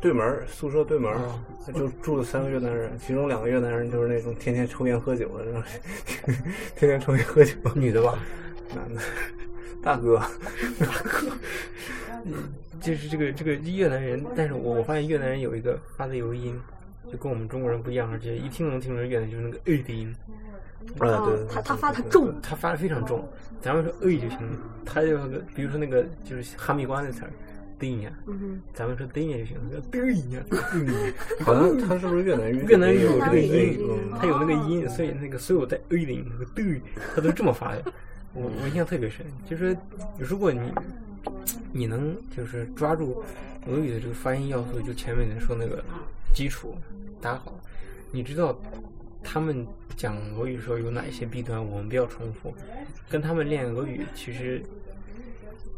Speaker 3: 对门儿宿舍对门儿
Speaker 2: 啊，
Speaker 3: 他就住了三个越南人，其中两个越南人就是那种天天抽烟喝酒的，然后 <laughs> 天天抽烟喝酒，
Speaker 2: 女的吧？
Speaker 3: 男的， <laughs> 大哥，
Speaker 2: 就是这个这个越南人，但是我我发现越南人有一个发的有个音，就跟我们中国人不一样，而且一听能听出来越南就是那个 a 的音，
Speaker 3: 啊，对，
Speaker 5: 嗯他他发他重，
Speaker 2: 他发的非常重。咱们说 a 就行了，他就那个比如说那个就是哈密瓜那词儿，对呀，
Speaker 5: 嗯，
Speaker 2: 咱们说对呀就行呃了，对呀， <laughs>
Speaker 3: 好像他是不是越南语？
Speaker 2: 越南语有
Speaker 3: 有
Speaker 2: 这
Speaker 3: 这
Speaker 2: 个
Speaker 3: 个
Speaker 2: 音
Speaker 3: 嗯，
Speaker 2: 它有那个音，所以那个所有带 a 的音，那个对，它都这么发的。我我印象特别深，就是如果你你能就是抓住俄语的这个发音要素，就前面人说那个基础打好，你知道他们讲俄语的时候有哪一些弊端，我们不要重复。跟他们练俄语其实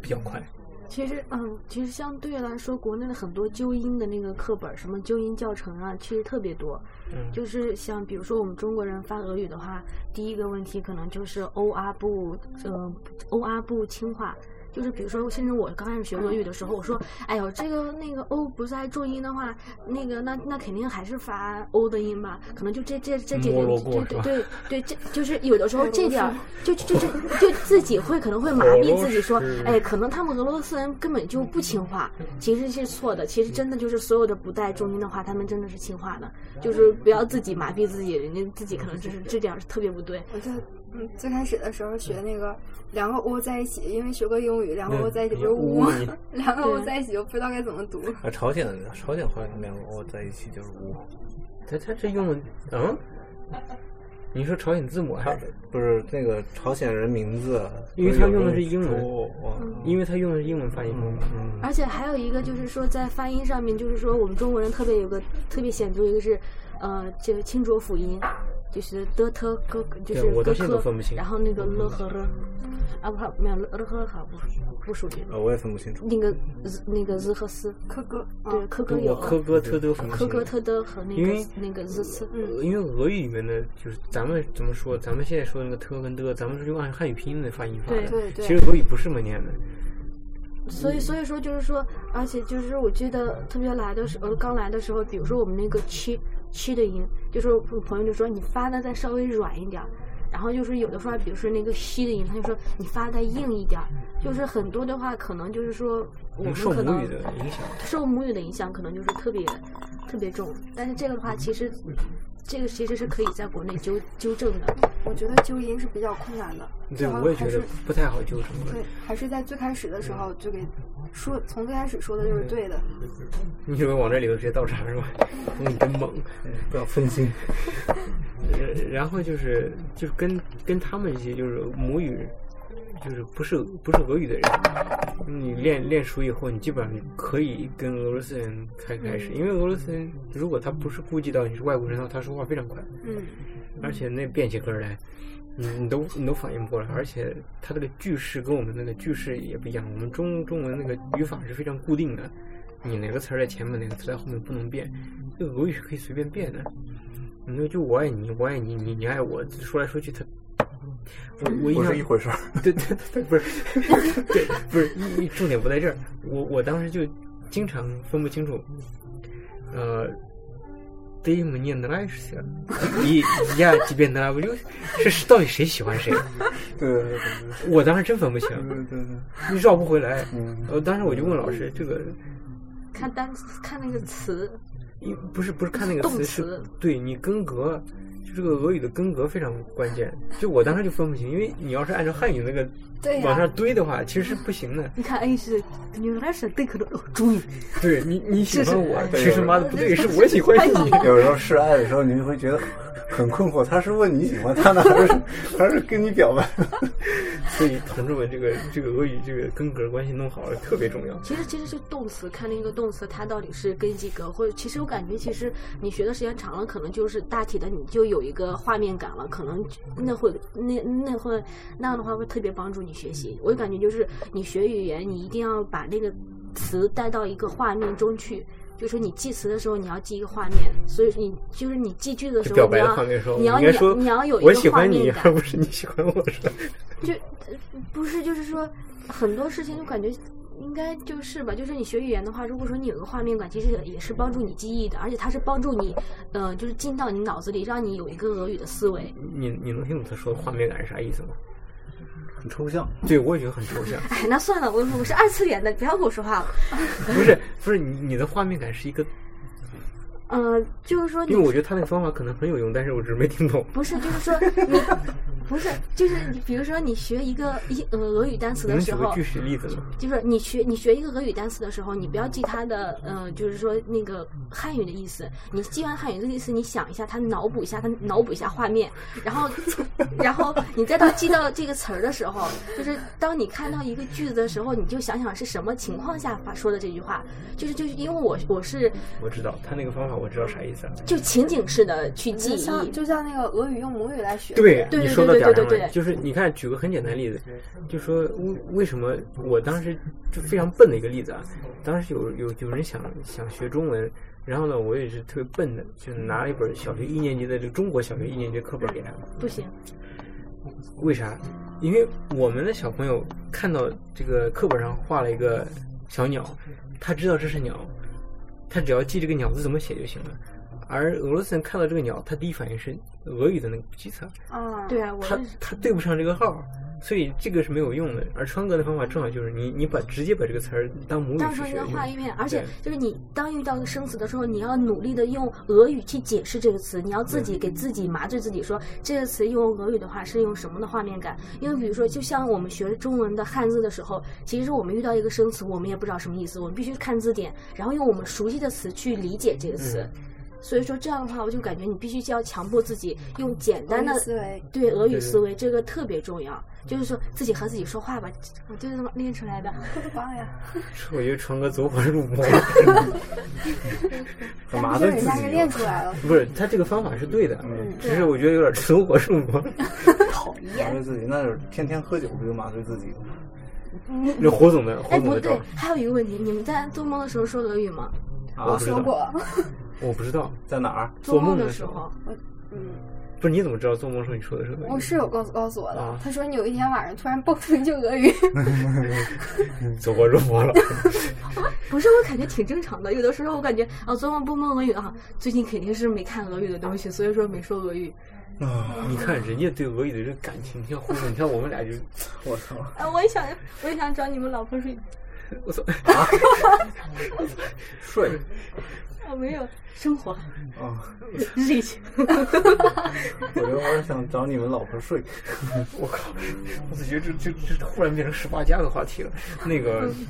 Speaker 2: 比较快，
Speaker 5: 其实嗯，其实相对来说，国内的很多纠音的那个课本儿，什么纠音教程啊，其实特别多。
Speaker 2: 嗯，
Speaker 5: 就是像比如说我们中国人发俄语的话，第一个问题可能就是欧阿布，呃，欧阿布轻化。就是比如说，甚至我刚开始学俄语的时候，我说，哎呦，这个那个欧不是在重音的话，那个那那肯定还是发欧的音吧，可能就这这这这
Speaker 2: 摸
Speaker 5: 点
Speaker 2: 罗锅是
Speaker 5: 对
Speaker 2: 吧
Speaker 5: 对对，这就是有的时候这点儿就就就就自己会可能会麻痹自己说
Speaker 2: 俄罗斯，
Speaker 5: 哎，可能他们俄罗斯人根本就不轻化，其实是错的。其实真的就是所有的不带重音的话，他们真的是轻化的，就是不要自己麻痹自己，人家自己可能就是这点儿是特别不对。
Speaker 4: 我就嗯，最开始的时候学那个两个 o 在一起，因为学过英语，两
Speaker 2: 嗯
Speaker 4: 个 o 在一起就是
Speaker 2: 乌
Speaker 4: 乌，
Speaker 2: 嗯
Speaker 4: <laughs> 两个 o 在一起我不知道该怎么读。
Speaker 3: 啊，朝鲜朝鲜话两个我在一起就是乌，
Speaker 2: 他他这用的嗯，你说朝鲜字母还
Speaker 3: 他
Speaker 2: 是？
Speaker 3: 不是那个朝鲜人名字，
Speaker 2: 因为他用的是英文
Speaker 3: 哦哦
Speaker 5: 嗯
Speaker 2: 因为他用的是英文发音方法。
Speaker 3: 嗯，
Speaker 5: 而且还有一个就是说，在发音上面，就是说我们中国人特别有个特别显著一个是，呃，这个清浊辅音，就是的特哥，就是
Speaker 2: 对我到
Speaker 5: 咯
Speaker 2: 现在都
Speaker 5: 咯
Speaker 2: 分不清
Speaker 5: 然后那个了和了，啊不好，没有了和了好不不属于
Speaker 3: 啊，我也分不清楚。
Speaker 5: 那个 z 那个 z 和 s，
Speaker 4: 科哥，
Speaker 5: 对，
Speaker 4: 嗯，
Speaker 5: 科哥
Speaker 2: 跟
Speaker 5: 有
Speaker 2: 我科哥特德分不
Speaker 5: 科
Speaker 2: 清
Speaker 5: 哥特的和那
Speaker 2: 嗯因为呃
Speaker 5: 个那个嗯 z 次，
Speaker 2: 因为俄语里面的就是咱们怎么说，咱们现在说的那个特跟的，咱们是用按汉语拼音的发音发的。
Speaker 4: 对对
Speaker 2: 其实俄语不是这么念的，
Speaker 5: 所以所以说就是说，而且就是我记得特别来的时候，刚来的时候，比如说我们那个七七的音，就是我朋友就说你发的再稍微软一点儿，然后就是有的时候，比如说那个西的音，他就说你发的再硬一点儿，就是很多的话可能就是说我们
Speaker 2: 嗯受
Speaker 5: 可
Speaker 2: 母
Speaker 5: 能
Speaker 2: 语的影响。
Speaker 5: 受母语的影响可能就是特别特别重，但是这个的话其实
Speaker 2: 嗯
Speaker 5: 这个其实是可以在国内纠纠正的，
Speaker 4: 我觉得纠音是比较困难的，
Speaker 2: 对，
Speaker 4: 然后
Speaker 2: 我也觉
Speaker 4: 还
Speaker 2: 得
Speaker 4: 是
Speaker 2: 不嗯太好纠正。
Speaker 4: 对，还是在最开始的时候就给说，从最开始说的
Speaker 2: 嗯
Speaker 4: 就是对的。
Speaker 2: 你以为往这里头直接倒插是
Speaker 5: <laughs>
Speaker 2: 吧？我你真猛。
Speaker 3: 不要分心，
Speaker 2: 然然后就是就是跟跟他们一些就是母语，就是不是不是俄语的人，你练练熟以后，你基本上可以跟俄罗斯人开开始，因为俄罗斯人如果他不是顾及到你是外国人的话，他说话非常快，
Speaker 4: 嗯，
Speaker 2: 而且那变起歌来，你你都你都反应不过来，而且它这个句式跟我们那个句式也不一样。我们中中文那个语法是非常固定的，你哪个词儿在前面，哪个词在后面不能变。这个俄语是可以随便变的。你说就我爱你，我爱你，你你爱我，说来说去它，我我印
Speaker 3: 不
Speaker 2: 象
Speaker 3: 是一回事 <laughs> 儿。
Speaker 2: 对对对，不是，对不是，一一重点不在这儿。我我当时就经常分不清楚，呃，ты мне нравишься，и я тебе нравлюсь，是是到底谁喜欢谁？
Speaker 3: 对对对
Speaker 2: 我当时真分不清，
Speaker 3: 对对对 <laughs> 对，
Speaker 2: 你绕不回来。
Speaker 3: 嗯，
Speaker 2: 呃，当时我就问老师，这个
Speaker 5: 看单词看那个词，
Speaker 2: 一不是不是看那个
Speaker 5: 动
Speaker 2: 词，是
Speaker 5: 词
Speaker 2: 对你根格，就这个俄语的根格非常关键。就我当时就分不清，因为你要是按照汉语那个
Speaker 4: 对呀
Speaker 2: 往上堆的话，其实是不行的。
Speaker 5: 你看 A 是你那是对口的主语，
Speaker 2: 对你你喜欢我，
Speaker 3: 这
Speaker 2: 其
Speaker 3: 是
Speaker 2: 实妈的不对，是我喜欢你。
Speaker 3: 有时候示爱的时候，你就会觉得很困惑，他是问你喜欢他呢，还是还是跟你表白？ <laughs>
Speaker 2: 所以同志们，这个这个俄语这个根格关系弄好了特别重要。
Speaker 5: <laughs> 其实其实是动词，看那个动词它到底是根基格，或者其实我感觉其实你学的时间长了，可能就是大体的你就有一个画面感了，可能那会那那会那样的话会特别帮助你学习。我感觉就是你学语言，你一定要把那个词带到一个画面中去。就是你记词的时候，你要记一个画面，所以你就是你记句的时
Speaker 2: 就
Speaker 5: 候，
Speaker 2: 表白
Speaker 5: 你
Speaker 2: 的
Speaker 5: 要
Speaker 2: 画面说，
Speaker 5: 你要
Speaker 2: 应该说
Speaker 5: 你要有一
Speaker 2: 我
Speaker 5: 个
Speaker 2: 喜
Speaker 5: 画
Speaker 2: 欢你，
Speaker 5: 面
Speaker 2: 而
Speaker 5: 感
Speaker 2: 不，是你喜欢我。是吧？
Speaker 5: 就呃不是就是说很多事情就感觉应该就是吧，就是你学语言的话，如果说你有个画面感，其实也是帮助你记忆的，而且它是帮助你，呃，就是进到你脑子里，让你有一个俄语的思
Speaker 2: <laughs>
Speaker 5: 维。
Speaker 2: 你你能听懂他说的画面感是啥意思吗？
Speaker 3: 很抽象，
Speaker 2: 对，我也觉得很抽象。
Speaker 5: 哎，那算了，我我是二次元的，不要跟我说话了。
Speaker 2: 不是不是，你你的画面感是一个，
Speaker 5: 呃，就是说
Speaker 2: 因
Speaker 5: 你
Speaker 2: 为我觉得他那个方法可能很有用，但是我只是没听懂。
Speaker 5: 不是，就是说你不是，就是你比如说你学一个一呃俄语单词
Speaker 2: 你
Speaker 5: 的
Speaker 2: 能
Speaker 5: 时
Speaker 2: 举个
Speaker 5: 候
Speaker 2: 具，体例子吗？
Speaker 5: 就是你学你学一个俄语单词的时候，你不要记它的呃，就是说那个汉语的意思。你记完汉语的意思，你想一下，它脑补一下，它脑补一下画面，然后然后你再到记到这个词儿的时候，就是当你看到一个句子的时候，你就想想是什么情况下发说的这句话。就是就是因为我我是
Speaker 2: 我知道他那个方法，我知道啥意思啊了。
Speaker 5: 就情景式的去记
Speaker 4: 就像
Speaker 5: 忆，
Speaker 4: 就像那个俄语用母语来学，
Speaker 2: 对，
Speaker 5: 对
Speaker 2: 你
Speaker 5: 对
Speaker 2: 说到
Speaker 5: 对
Speaker 2: 点儿
Speaker 5: 对
Speaker 2: 上
Speaker 5: 对
Speaker 2: 了。
Speaker 5: 对
Speaker 2: 就是你看，举个很简单的例子，就说为为什么我当时就非常笨的一个例子啊，当时有有有人想想学中文，然后呢，我也是特别笨的，就拿了一本小学一年级的这个中国小学一年级课本给他，
Speaker 5: 不行，
Speaker 2: 为啥？因为我们的小朋友看到这个课本上画了一个小鸟，他知道这是鸟，他只要记这个鸟字怎么写就行了。而俄罗斯人看到这个鸟，他第一反应是俄语的那个计策，
Speaker 4: 啊，
Speaker 5: 对啊，我
Speaker 2: 他他对不上这个号，所以这个是没有用的。而川哥的方法正好就是你你把直接把这个词儿当母语
Speaker 5: 到
Speaker 2: 去
Speaker 5: 时候
Speaker 2: 学
Speaker 5: 应该
Speaker 2: 用，
Speaker 5: 画一遍，而且
Speaker 2: 对
Speaker 5: 就是你当遇到一个生词的时候，你要努力的用俄语去解释这个词，你要自己给自己麻醉自己说，这个词用俄语的话是用什么的画面感。因为比如说，就像我们学中文的汉字的时候，其实我们遇到一个生词，我们也不知道什么意思，我们必须看字典，然后用我们熟悉的词去理解这个词。
Speaker 2: 嗯
Speaker 5: 所以说这样的话，我就感觉你必须就要强迫自己用简单的
Speaker 4: 俄语思维
Speaker 5: 对俄语
Speaker 2: 对
Speaker 5: 思维，这个特别重要。就是说自己和自己说话吧，我就这么练出来的。
Speaker 4: 棒呀！
Speaker 2: 我觉得川哥走火入魔。
Speaker 3: 很
Speaker 4: 但
Speaker 3: 麻
Speaker 4: 是
Speaker 3: 醉
Speaker 2: 啊
Speaker 3: 自
Speaker 4: 哎人家是
Speaker 3: 己。嗯
Speaker 4: 练出来了，
Speaker 2: 不是他这个方法是对的，只是我觉得有点走火入魔。
Speaker 3: 麻醉自己，那就是天天喝酒不就麻醉自己了吗？
Speaker 2: 那胡总的胡
Speaker 5: 哎，
Speaker 2: 总
Speaker 5: 不
Speaker 2: 的
Speaker 5: 对
Speaker 2: 招，，
Speaker 5: 还有一个问题，你们在做梦的时候说俄语吗？
Speaker 3: 啊，
Speaker 2: 不知
Speaker 4: 说
Speaker 2: 道，
Speaker 4: 过，
Speaker 2: 我不知道，
Speaker 3: 在哪 <laughs> 儿？
Speaker 2: 做梦
Speaker 5: 的
Speaker 2: 的时候
Speaker 5: 候，
Speaker 4: 嗯，
Speaker 2: 不是你怎么知道做梦时候你说的是俄语
Speaker 4: 我室友告诉告诉我
Speaker 2: 啊
Speaker 4: 的，他说你有一天晚上突然蹦出一句俄语，
Speaker 2: 走火入魔了？ <laughs>
Speaker 5: 不是我感觉挺正常的。有的时候我感觉啊，做梦不梦俄语啊，最近肯定是没看俄语的东西，所以说没说俄语。
Speaker 3: 啊
Speaker 2: 你看人家对俄语的这感情，你看胡总，你看我们俩就，
Speaker 3: 我操！
Speaker 5: 啊，我也想，我也想找你们老婆睡。
Speaker 2: 我操，
Speaker 3: 啊
Speaker 2: <laughs>
Speaker 3: 睡
Speaker 5: 啊，没有生活
Speaker 3: 啊！
Speaker 5: <laughs> rich，
Speaker 3: 我觉得我是想找你们老婆睡。
Speaker 2: <laughs> 我靠，我总觉得这这这忽然变成十八加的话题了。那个
Speaker 4: <laughs>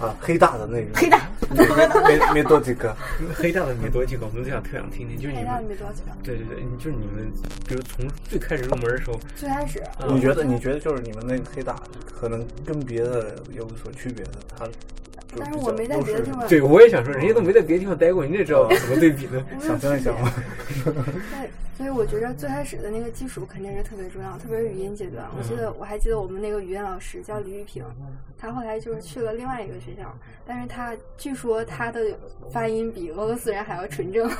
Speaker 3: 啊，黑大的那个，
Speaker 5: 黑大。
Speaker 3: 没没多几
Speaker 5: <laughs>
Speaker 3: 个，
Speaker 2: 黑大的没多几个，我们就想特想听听，就是你
Speaker 4: 哎，那
Speaker 2: 们，
Speaker 4: 没多久，
Speaker 2: 对对对，你就是你们，比如从最开始入门的时候，
Speaker 4: 最开始
Speaker 3: 嗯
Speaker 2: 啊
Speaker 3: 你觉得你觉得就是你们那个黑大可能跟别的有所区别的，它就
Speaker 4: 但
Speaker 3: 比
Speaker 4: 是我
Speaker 3: 较
Speaker 4: 没在啊
Speaker 3: 都
Speaker 4: 别的
Speaker 3: 是
Speaker 4: 地方，
Speaker 2: 对，我也想说，人家都没在别的地方待过，你这知道怎么对比呢？ <laughs>
Speaker 3: 想象一下
Speaker 5: <laughs>
Speaker 3: 嘛，
Speaker 4: <laughs> 对，所以我觉得最开始的那个基础肯定是特别重要，特别是语音阶段。我记得
Speaker 3: 嗯
Speaker 4: 我还记得我们那个语言老师叫李玉平，他后来就是去了另外一个学校，但是他据说他的发音比俄罗斯人还要
Speaker 3: <laughs>
Speaker 4: 纯正，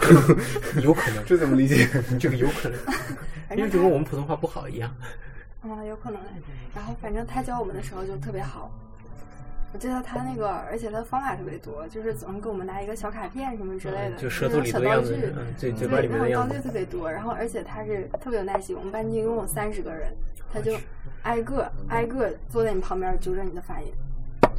Speaker 2: 有可能，
Speaker 3: 这怎么理解？
Speaker 2: 这个有可
Speaker 4: <laughs>
Speaker 2: 能，因
Speaker 4: 反
Speaker 2: 为
Speaker 4: 正
Speaker 2: 就跟我们普通话不好一
Speaker 4: <laughs>
Speaker 2: 样。
Speaker 4: 嗯有可能。然后反正他教我们的时候就特别好。我记得他那个，而且他方法特别多，就是总是给我们拿一个小卡片什么之类的，
Speaker 2: 嗯就舌头里
Speaker 4: 小
Speaker 2: 头
Speaker 4: 道
Speaker 2: 样子
Speaker 4: 具，，
Speaker 2: 嗯，嘴嘴
Speaker 4: 对，
Speaker 2: 巴里面的
Speaker 4: 然后
Speaker 2: 样
Speaker 4: 道具
Speaker 2: 子，
Speaker 4: 特别多，然后而且他是特别有耐心。我们班一共有三十个人，他就
Speaker 2: 嗯
Speaker 4: 挨个挨个坐在你旁边纠正你的发音。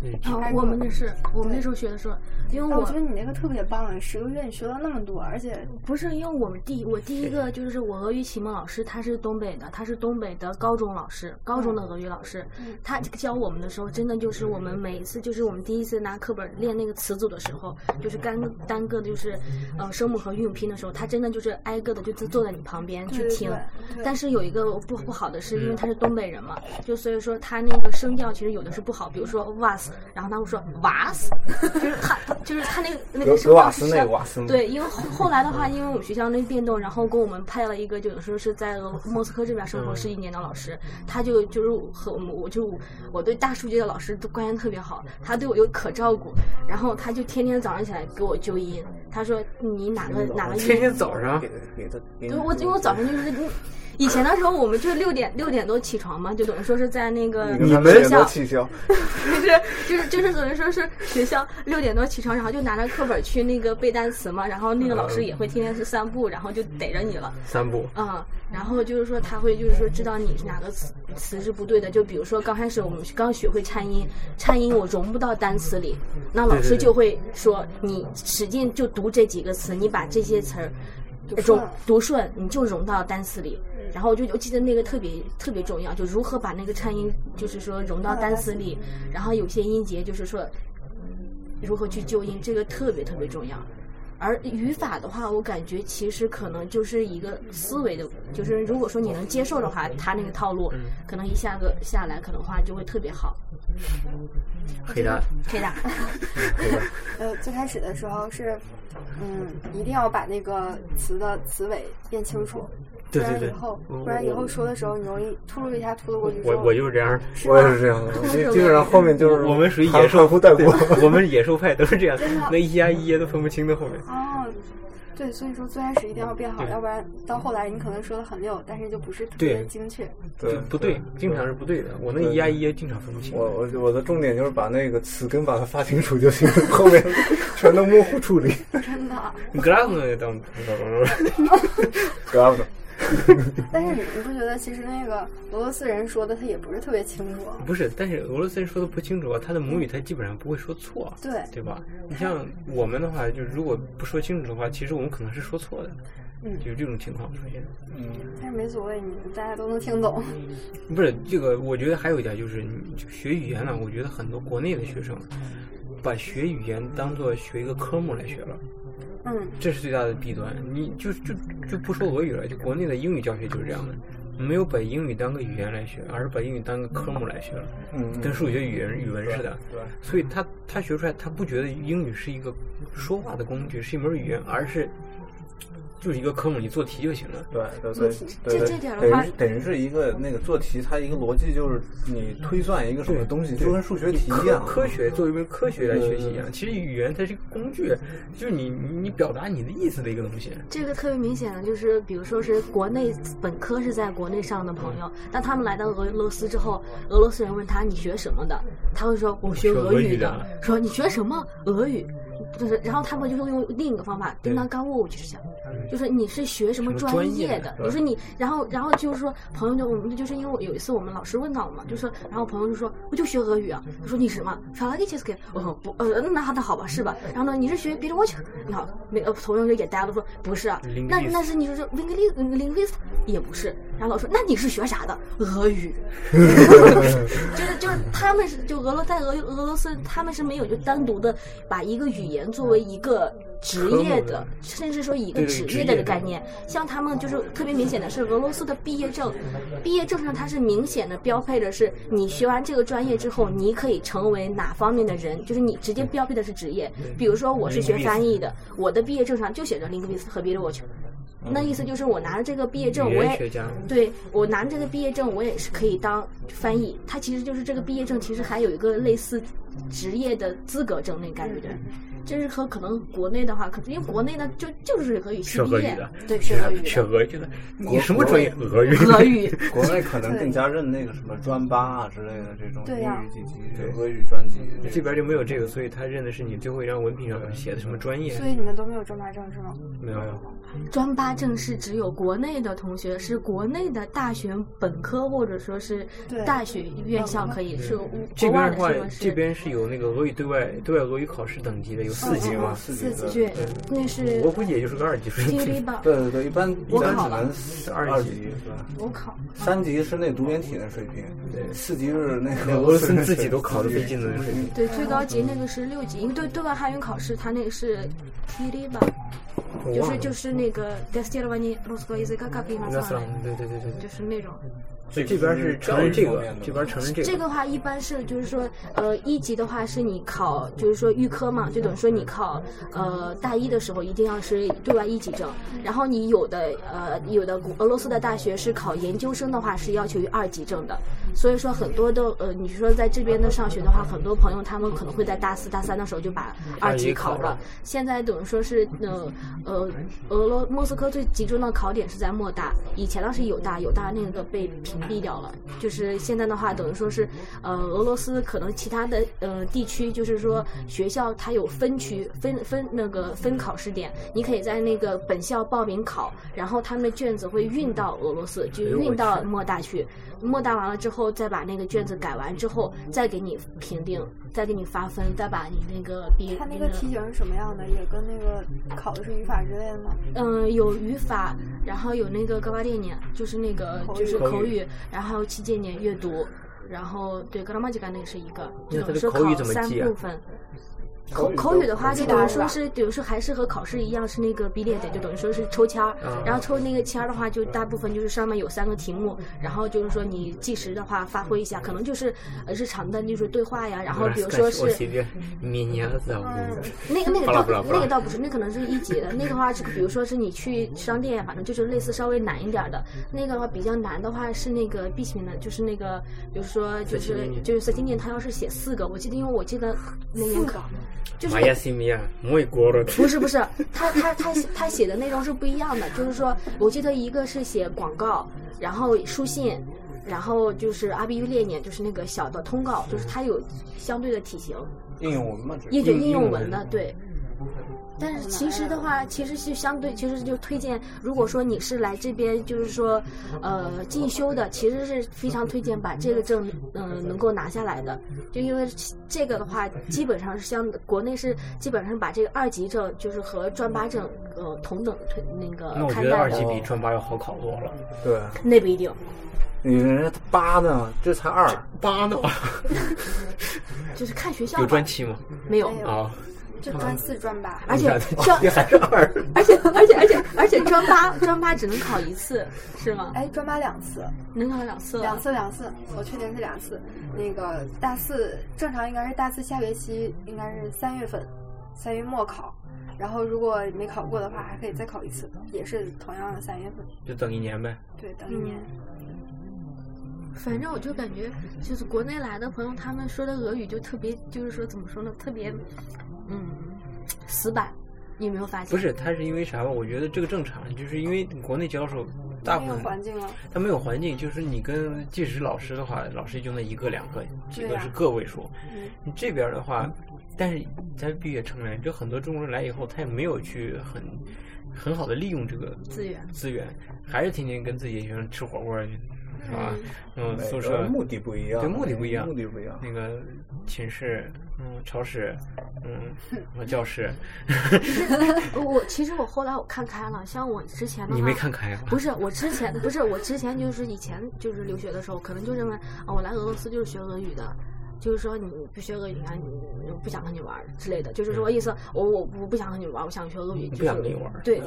Speaker 2: 对，
Speaker 5: 哦
Speaker 4: 开，
Speaker 5: 我
Speaker 4: 过
Speaker 5: 们也是，我们
Speaker 4: 对
Speaker 5: 那时候学的时候，因为
Speaker 4: 但
Speaker 5: 啊我
Speaker 4: 我觉得你那个特别棒，十个月你学到那么多，而且
Speaker 5: 不是因为我们第我第一个就是我俄语启蒙老师，他是东北的，他是东北的高中老师，高中的
Speaker 4: 嗯
Speaker 5: 俄语老师，他教我们的时候，真的就是我们每一次就是我们第一次拿课本练那个词组的时候，就是单个单个的就是呃声母和韵拼的时候，他真的就是挨个的就坐在你旁边去
Speaker 4: 对对
Speaker 5: 听
Speaker 4: 对。对
Speaker 5: 但是有一个不不好的是，因为他是东北人嘛，就所以说他那个声调其实有的是不好，比如说 was，然后他会说 was，就是他就是他那个那
Speaker 3: 格
Speaker 5: 个
Speaker 3: 格
Speaker 5: 声
Speaker 3: 瓦
Speaker 5: 调
Speaker 3: 斯
Speaker 5: 是
Speaker 3: 内瓦
Speaker 2: 嗯
Speaker 3: 斯内
Speaker 5: 对，因为后后来的话，因为我们学校那变动，然后给我们派了一个，就是说是在俄莫斯科这边
Speaker 2: 嗯
Speaker 5: 生活十几年的老师，他就就是和我们，我就我对大数据的老师都关系特别好，他对我又可照顾，然后他就天天早上起来给我纠音，他说你哪个哪个音，
Speaker 2: 天天早上
Speaker 3: 给给他，给
Speaker 5: 对，我因为我早上就是以前的时候，我们就是六点六点多起床嘛，就等于说是在那个
Speaker 3: 你们
Speaker 5: 学
Speaker 3: 也都
Speaker 5: 校。
Speaker 3: 气消，
Speaker 5: 就是就是就是等于说是学校六点多起床，然后就拿着课本去那个背单词嘛，然后那个老师也会天天去散步，然后就逮着你了。
Speaker 2: 三步，
Speaker 5: 嗯，然后就是说他会就是说知道你哪个词词是不对的，就比如说刚开始我们刚学会颤音，颤音我融不到单词里，那老
Speaker 2: 对对
Speaker 5: 师
Speaker 2: 对
Speaker 5: 就会说你使劲就读这几个词，你把这些词儿
Speaker 4: 读
Speaker 5: 融
Speaker 4: 顺
Speaker 5: 读顺，你就融到单词里。
Speaker 4: 嗯
Speaker 5: 然后我就我记得那个特别特别重要，就如何把那个颤音就是说融到单词里，然后有些音节就是说嗯如何去纠音，这个特别特别重要。而语法的话，我感觉其实可能就是一个思维的，就是如果说你能接受的话，它那个套路，可能一下个下来，可能话就会特别好。
Speaker 2: 黑蛋，
Speaker 5: 黑大，
Speaker 4: 呃最开始的时候是，嗯，一定要把那个词的词尾变清楚，不
Speaker 2: 对对
Speaker 4: 然以
Speaker 2: 对
Speaker 4: 后
Speaker 2: 我
Speaker 4: 不然以后说的时候你容易突噜一下突噜过去之
Speaker 2: 我
Speaker 4: 后，
Speaker 2: 我就是这样的。
Speaker 4: 是
Speaker 3: 我也
Speaker 4: 吧
Speaker 3: 是这样的，
Speaker 5: <laughs>
Speaker 3: 基基本上后面就是
Speaker 2: 我们属于
Speaker 3: 含
Speaker 2: 野兽
Speaker 3: 含糊带过，
Speaker 2: 对 <laughs> 我们野兽派都是这样
Speaker 4: 真的，
Speaker 2: 那一呀一呀都分不清的后面。
Speaker 4: 哦，对，所以说最开始一定要变好，要不然到后来你可能说的很溜，但是就不是特别
Speaker 2: 对
Speaker 4: 精确。
Speaker 3: <laughs> 对
Speaker 2: 就不对，经常是不对的。我那一呀一呀经常分不清
Speaker 3: 我。我我的重点就是把那个词根把它发清楚就行， <laughs> 后面全都模糊 <laughs> 处理。
Speaker 2: <laughs>
Speaker 4: 真的。
Speaker 2: Glass 当， <laughs>
Speaker 3: 不要的，
Speaker 4: 但是你你不觉得其实那个俄罗斯人说的他也不是特别清楚？
Speaker 2: 不是，但是俄罗斯人说的不清楚啊，他的母语他基本上不会说错，啊
Speaker 4: 对嗯
Speaker 2: 对吧？你像我们的话，就是如果不说清楚的话，其实我们可能是说错的，
Speaker 4: 嗯
Speaker 2: 有这种情况出现。
Speaker 3: 嗯，
Speaker 4: 但是没所谓，你大家都能听懂。
Speaker 2: 不是这个，我觉得还有一点就是，你就学语言了，我觉得很多国内的学生把学语言当做学一个科目来学了。
Speaker 4: 嗯，
Speaker 2: 这是最大的弊端。你就就就不说俄语了，就国内的英语教学就是这样的，没有把英语当个语言来学，而是把英语当个科目来学了，
Speaker 3: 嗯
Speaker 2: 跟数学、语言、语文似的。
Speaker 3: 对，
Speaker 2: 所以他他学出来，他不觉得英语是一个说话的工具，是一门语言，而是就是一个科目，你做题就行了。
Speaker 3: 对对对对对，
Speaker 5: 这这点儿的
Speaker 3: 等
Speaker 5: 话
Speaker 3: 于等于是一个那个做题，它一个逻辑就是你推算一个什么东西，就跟数学题一
Speaker 2: 科
Speaker 3: 样。
Speaker 2: 科学作为一门科学来学习一样，其实语言它是一个工具，就是你你你表达你的意思的一个东西。
Speaker 5: 这个特别明显的就是，比如说是国内本科是在国内上的朋友，
Speaker 2: 嗯
Speaker 5: 那他们来到俄罗斯之后，俄罗斯人问他你学什么的，他会说我学俄
Speaker 2: 学俄语
Speaker 5: 语
Speaker 2: 的
Speaker 5: 说你学什么俄语，就是然后他们就会用另一个方法
Speaker 2: 对嗯
Speaker 5: 叮当干我就是这样。就是你是学什么
Speaker 2: 什么
Speaker 5: 专
Speaker 2: 专业
Speaker 5: 业
Speaker 2: 的
Speaker 5: 的？
Speaker 2: 对
Speaker 5: 就是你，然后然后就是说，朋友就我们就是因为我有一次我们老师问到我嘛，就说，然后朋友就说我就学俄语啊，他说你是什么 f a l a g i s k 我说不，呃，那那好吧，是吧？然后呢，你是学 b i l w a t c h 然后没呃，同学就也呆了，说不是啊，那
Speaker 2: Linguist
Speaker 5: 那是你说是 linguist linguist 也不是，然后老师说那你是学啥的？俄语。 <laughs> 就是就是他们是就俄罗在俄俄罗斯，他们是没有就单独的把一个语言作为一个职
Speaker 2: 科
Speaker 5: 业
Speaker 2: 目
Speaker 5: 的
Speaker 2: 的，
Speaker 5: 甚至说一个
Speaker 3: 对
Speaker 5: 职
Speaker 3: 职
Speaker 5: 业的
Speaker 3: 业
Speaker 5: 概念。像他们就是特别明显的是，俄罗斯的毕业证，毕业证上它是明显的标配的是，你学完这个专业之后，你可以成为哪方面的人，就是你直接标配的是职业。比如说我是学翻译的，我的毕业证上就写着 linguist 和 b i l i n g u a l 那意思就是我拿了这个毕业证，
Speaker 2: 语
Speaker 5: 我
Speaker 2: 言
Speaker 5: 也
Speaker 2: 学家，
Speaker 5: 对我拿这个毕业证，我也是可以当翻译。它其实就是这个毕业证，其实还有一个类似职业的资格证那感觉。这是和可能国内的话，可能因为国内呢就就是俄语系
Speaker 2: 学
Speaker 5: 毕
Speaker 2: 俄
Speaker 5: 业
Speaker 2: 语的，
Speaker 5: 对学俄语
Speaker 2: 学
Speaker 5: 的
Speaker 2: 俄语的，你什么专业？俄语。
Speaker 5: 俄语，
Speaker 3: 国内可能更加认那个什么专八啊之类的这种
Speaker 4: 对呀
Speaker 3: 英语几级、
Speaker 2: 对
Speaker 3: 俄语专辑种，
Speaker 2: 这边就没有这个，所以他认的是你最后一张文凭上写的什么专业，
Speaker 4: 所以你们都没有专八证是吗？
Speaker 2: 没有。
Speaker 5: 专八证是只有国内的同学，是国内的大学本科或者说是
Speaker 4: 对
Speaker 5: 大学院校可以，是
Speaker 2: 嗯这
Speaker 5: 国外
Speaker 2: 边
Speaker 5: 的
Speaker 2: 的话
Speaker 5: 是吗？，是
Speaker 2: 这边是有那个俄语对外对外俄语考试等级的，有
Speaker 5: 嗯
Speaker 2: 四级嘛。
Speaker 3: 四级的。
Speaker 5: 对，那是
Speaker 2: 我估计也就是个二级水
Speaker 5: 哔哩
Speaker 2: 平。
Speaker 5: 吧，
Speaker 3: 对对对，一般一
Speaker 5: 我
Speaker 3: 般
Speaker 5: 考
Speaker 3: 只
Speaker 5: 了
Speaker 2: <laughs>
Speaker 3: 能
Speaker 2: 二
Speaker 3: 二
Speaker 2: 级
Speaker 3: 级是吧？
Speaker 5: 我考
Speaker 3: 三级是那独联体的水平，
Speaker 2: 对
Speaker 3: 四级是那
Speaker 2: 那
Speaker 3: 个
Speaker 2: 俄罗斯自己都考得费劲的那水平。
Speaker 5: 对最高级那个是六级，因为对对外汉语考试它那个是哔哩吧。
Speaker 2: 我
Speaker 5: 就
Speaker 2: 忘
Speaker 5: 是
Speaker 2: 了。
Speaker 5: 就是那个 тестирование русского языка как и
Speaker 2: 那算了，
Speaker 5: иностранное，
Speaker 2: 对对对对对。
Speaker 5: 就是那种。
Speaker 2: 这边是承认这个，这边承认这
Speaker 5: 这
Speaker 2: 个。
Speaker 5: 个话一般是就是说，呃，一级的话是你考，就是说预科嘛，就等于说你考呃大一的时候一定要是对外一级证，然后你有的呃有的俄罗斯的大学是考研究生的话是要求于二级证的，所以说很多的呃你说在这边的上学的话，很多朋友他们可能会在大四大三的时候就把二级考
Speaker 2: 二级考
Speaker 5: 了
Speaker 2: 了，
Speaker 5: 现在等于说是呃呃俄罗莫斯科最集中的考点是在莫大，以前呢是有大，有大那个被屏蔽掉了。就是现在的话，等于说是呃俄罗斯可能其他的呃地区，就是说学校它有分区分分那个分考试点，你可以在那个本校报名考，然后他们的卷子会运到俄罗斯，就
Speaker 2: 哎呦我
Speaker 5: 运到
Speaker 2: 去
Speaker 5: 莫大去。莫大完了之后，再把那个卷子改完之后，再给你评定，再给你发分，再把你那个毕业
Speaker 4: 它那个题型是什么样的？也跟那个考的是语法之类的吗？
Speaker 5: 嗯，有语法，然后有那个高八电年，就是那个
Speaker 4: 口
Speaker 5: 就是
Speaker 4: 语
Speaker 5: 口
Speaker 2: 口
Speaker 5: 语，然后还有七节年阅读，然后对格拉玛吉干那个是一个，
Speaker 2: 那它
Speaker 5: 就
Speaker 2: 的
Speaker 5: 是
Speaker 2: 口语
Speaker 5: 考
Speaker 2: 怎么
Speaker 5: 三
Speaker 2: 记啊
Speaker 5: 部分。口口语的话，就等于说是，比如说还是和考试一样，是那个比列的，就等于说是抽签儿
Speaker 2: 啊。
Speaker 5: 然后抽那个签儿的话，就大部分就是上面有三个题目，然后就是说你计时的话发挥一下，可能就是呃日常的就是对话呀，然后比如说是嗯
Speaker 2: 我写的米尼亚子啊，
Speaker 5: 那个那个
Speaker 2: 好了好
Speaker 5: 倒
Speaker 2: 了
Speaker 5: 那个倒不是，那可能是一级的。那个话是，比如说是你去商店，反正就是类似稍微难一点的。那个话比较难的话是那个 B 型的，就是那个，比如说就
Speaker 2: 色
Speaker 5: 是
Speaker 2: 情念嗯
Speaker 5: 就是色情念，他要是写四个，我记得，因为我记得那年考，就是
Speaker 2: 玛雅西米亚，莫伊国的。
Speaker 5: 不是不是，他他他他写的内容是不一样的，就是说，我记得一个是写广告，然后书信，然后就是阿比于列年，就是那个小的通告，就是它有相对的体型。
Speaker 3: 应用文嘛，这
Speaker 5: 也就应用文
Speaker 2: 文
Speaker 5: 的，对。但是其实的话，其实是相对，其实就推荐，如果说你是来这边就是说，呃，进修的，其实是非常推荐把这个证，嗯、能够拿下来的。就因为这个的话，基本上是相国内是基本上把这个二级证，就是和专八证，呃，同等推那个
Speaker 2: 那我觉
Speaker 5: 看
Speaker 2: 得
Speaker 5: 待
Speaker 2: 二级
Speaker 5: 的。哦嗯
Speaker 2: 比专八要好考多了。
Speaker 3: 对，
Speaker 5: 那不一定，
Speaker 3: 你人家八呢，这才二，
Speaker 2: 八呢？
Speaker 5: 就是看学校
Speaker 2: <laughs>
Speaker 5: 吧。
Speaker 2: 有专七吗？
Speaker 5: 没有？
Speaker 4: 没有
Speaker 2: 啊，嗯
Speaker 4: 就专四专八。
Speaker 5: 嗯而且专，
Speaker 2: 你 <laughs> 还是二。
Speaker 5: 而且而且而且而且专八专八只能考一次，是吗？
Speaker 4: 哎，专八两次，
Speaker 5: 能考两次了，
Speaker 4: 两次，两次，我确定是两次。那个大四正常应该是大四下学期应该是三月份，三月末考。然后如果没考过的话，还可以再考一次，也是同样的三月份。
Speaker 2: 就等一年呗。
Speaker 4: 对，等一年。
Speaker 2: 嗯
Speaker 5: 反正我就感觉，就是国内来的朋友，他们说的俄语就特别，就是说怎么说呢，特别，嗯，死板。你有没有发现？
Speaker 2: 不，是，他是因为啥吧？我觉得这个正常，就是因为国内教授大
Speaker 4: 没
Speaker 2: 部
Speaker 4: 有
Speaker 2: 分
Speaker 4: 环境啊了，
Speaker 2: 他没有环境，就是你跟即使是老师的话，老师就那一个两个，这
Speaker 4: 对
Speaker 2: 个
Speaker 4: 啊
Speaker 2: 是个位数。
Speaker 4: 嗯，
Speaker 2: 你这边的话，但是咱必须也承认，就很多中国人来以后，他也没有去很很好的利用这个
Speaker 5: 资源
Speaker 2: 资源，还是天天跟自己学生吃火锅去，是吧？嗯，
Speaker 3: 每
Speaker 2: 宿
Speaker 3: 个
Speaker 2: 舍
Speaker 3: 人目的不一样，
Speaker 2: 对目的不一样
Speaker 3: 目的不一样。
Speaker 2: 那个寝室，嗯，超市，嗯，和教室，
Speaker 5: 嗯我其实我后来我看开了，像我之前的话，
Speaker 2: 你没看开啊？
Speaker 5: 不是我之前不是我之前就是以前就是留学的时候，可能就认为啊、我来俄罗斯就是学俄语的。就是说你不学俄语啊，你不想和你玩儿之类的，就是说意思我我我不想和你玩儿，我想学俄语，就
Speaker 2: 不想
Speaker 5: 是
Speaker 2: 跟嗯你玩儿嗯
Speaker 5: 对，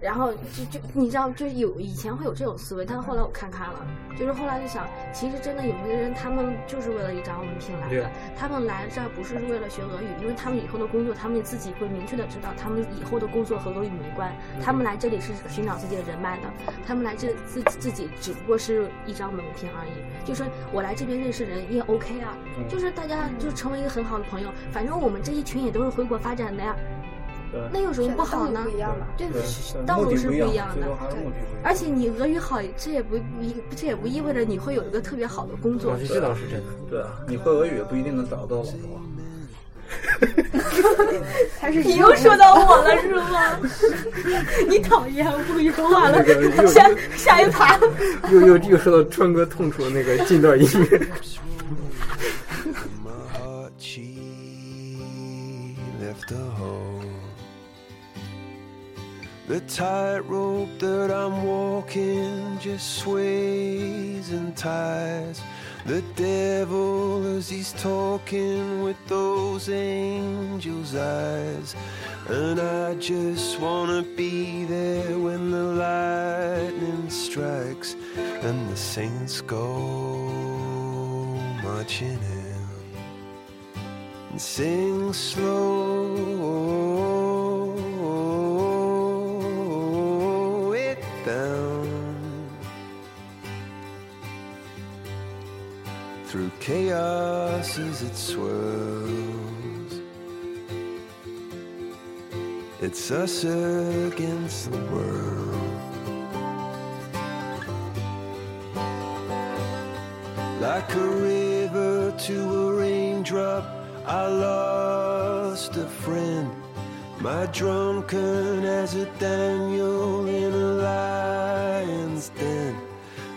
Speaker 5: 然后就就你知道，就是有以前会有这种思维，但是后来我看开了，就是后来就想，其实真的有些人他们就是为了一张文凭来
Speaker 2: 对
Speaker 5: 的，他们来这儿不是为了学俄语，因为他们以后的工作，他们自己会明确的知道，他们以后的工作和俄语没关，他们来这里是寻找自己的人脉的，他们来这自自己只不过是一张文凭而已。就说我来这边认识人也 OK 啊，就是大家就成为一个很好的朋友，反正我们这一群也都是回国发展的呀，
Speaker 2: 对
Speaker 5: 那有什么
Speaker 4: 选
Speaker 5: 不
Speaker 4: 择
Speaker 5: 好
Speaker 4: 道
Speaker 5: 呢
Speaker 4: 路不？一样嘛。
Speaker 5: 对
Speaker 2: 对，
Speaker 5: 道
Speaker 3: 目
Speaker 5: 路
Speaker 3: 的
Speaker 5: 是
Speaker 3: 不
Speaker 5: 不
Speaker 3: 一样
Speaker 5: 一样
Speaker 3: 最
Speaker 5: 的
Speaker 3: 后。还是目的不一样。
Speaker 5: 而且你俄语好，这也不一，这也不意味着你会有一个特别好的工作
Speaker 2: 我觉。得这啊倒是真的。
Speaker 5: 哦
Speaker 3: 对啊，你会俄语也不一定能找到老啊婆。
Speaker 4: 他是
Speaker 5: 你又说到我了是吗？ <laughs> 你讨厌我又完了
Speaker 2: 那个又，
Speaker 5: 下下一盘。
Speaker 2: 又又又说到川哥痛处的那个近段音乐，
Speaker 7: much she left the hole. The tightrope that I'm walking just sways and ties. The devil as he's talking with those angels' eyes. And I just wanna be there when the lightning strikes and the saints go marching in and sing slow it down through chaos as it swirls. It's us against the world. like a river to a raindrop. I lost a friend, my drunken as a Daniel in a lion's den.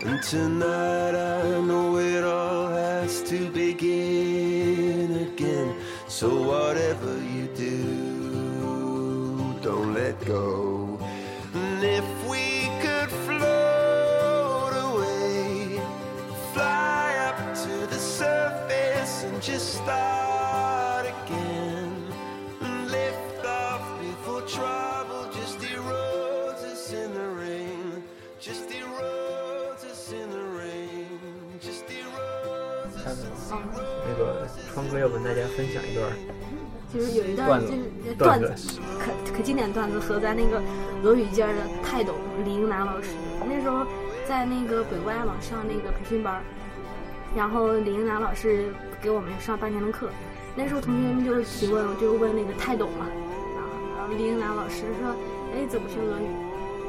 Speaker 7: And tonight I know it all has to begin again. So whatever you do, don't let go. And if we could float away, fly up to the surface and just start again. And lift off before trouble just erodes us in the rain. Just erodes us in the rain. Just erodes us in the rain.
Speaker 2: 那个川哥要跟大家分享一段儿
Speaker 5: 就是有一
Speaker 2: 段
Speaker 5: 段
Speaker 2: 子
Speaker 5: 就是
Speaker 2: 段
Speaker 5: 段
Speaker 2: 子
Speaker 5: 子，可可经典段子和咱那个俄语界的泰斗李英达老师，那时候在那个北外嘛上那个培训班儿，然后李英达老师给我们上半年的课，那时候同学们就是提问，我就问那个泰斗嘛，啊，然后李英达老师说，哎，怎么学俄语？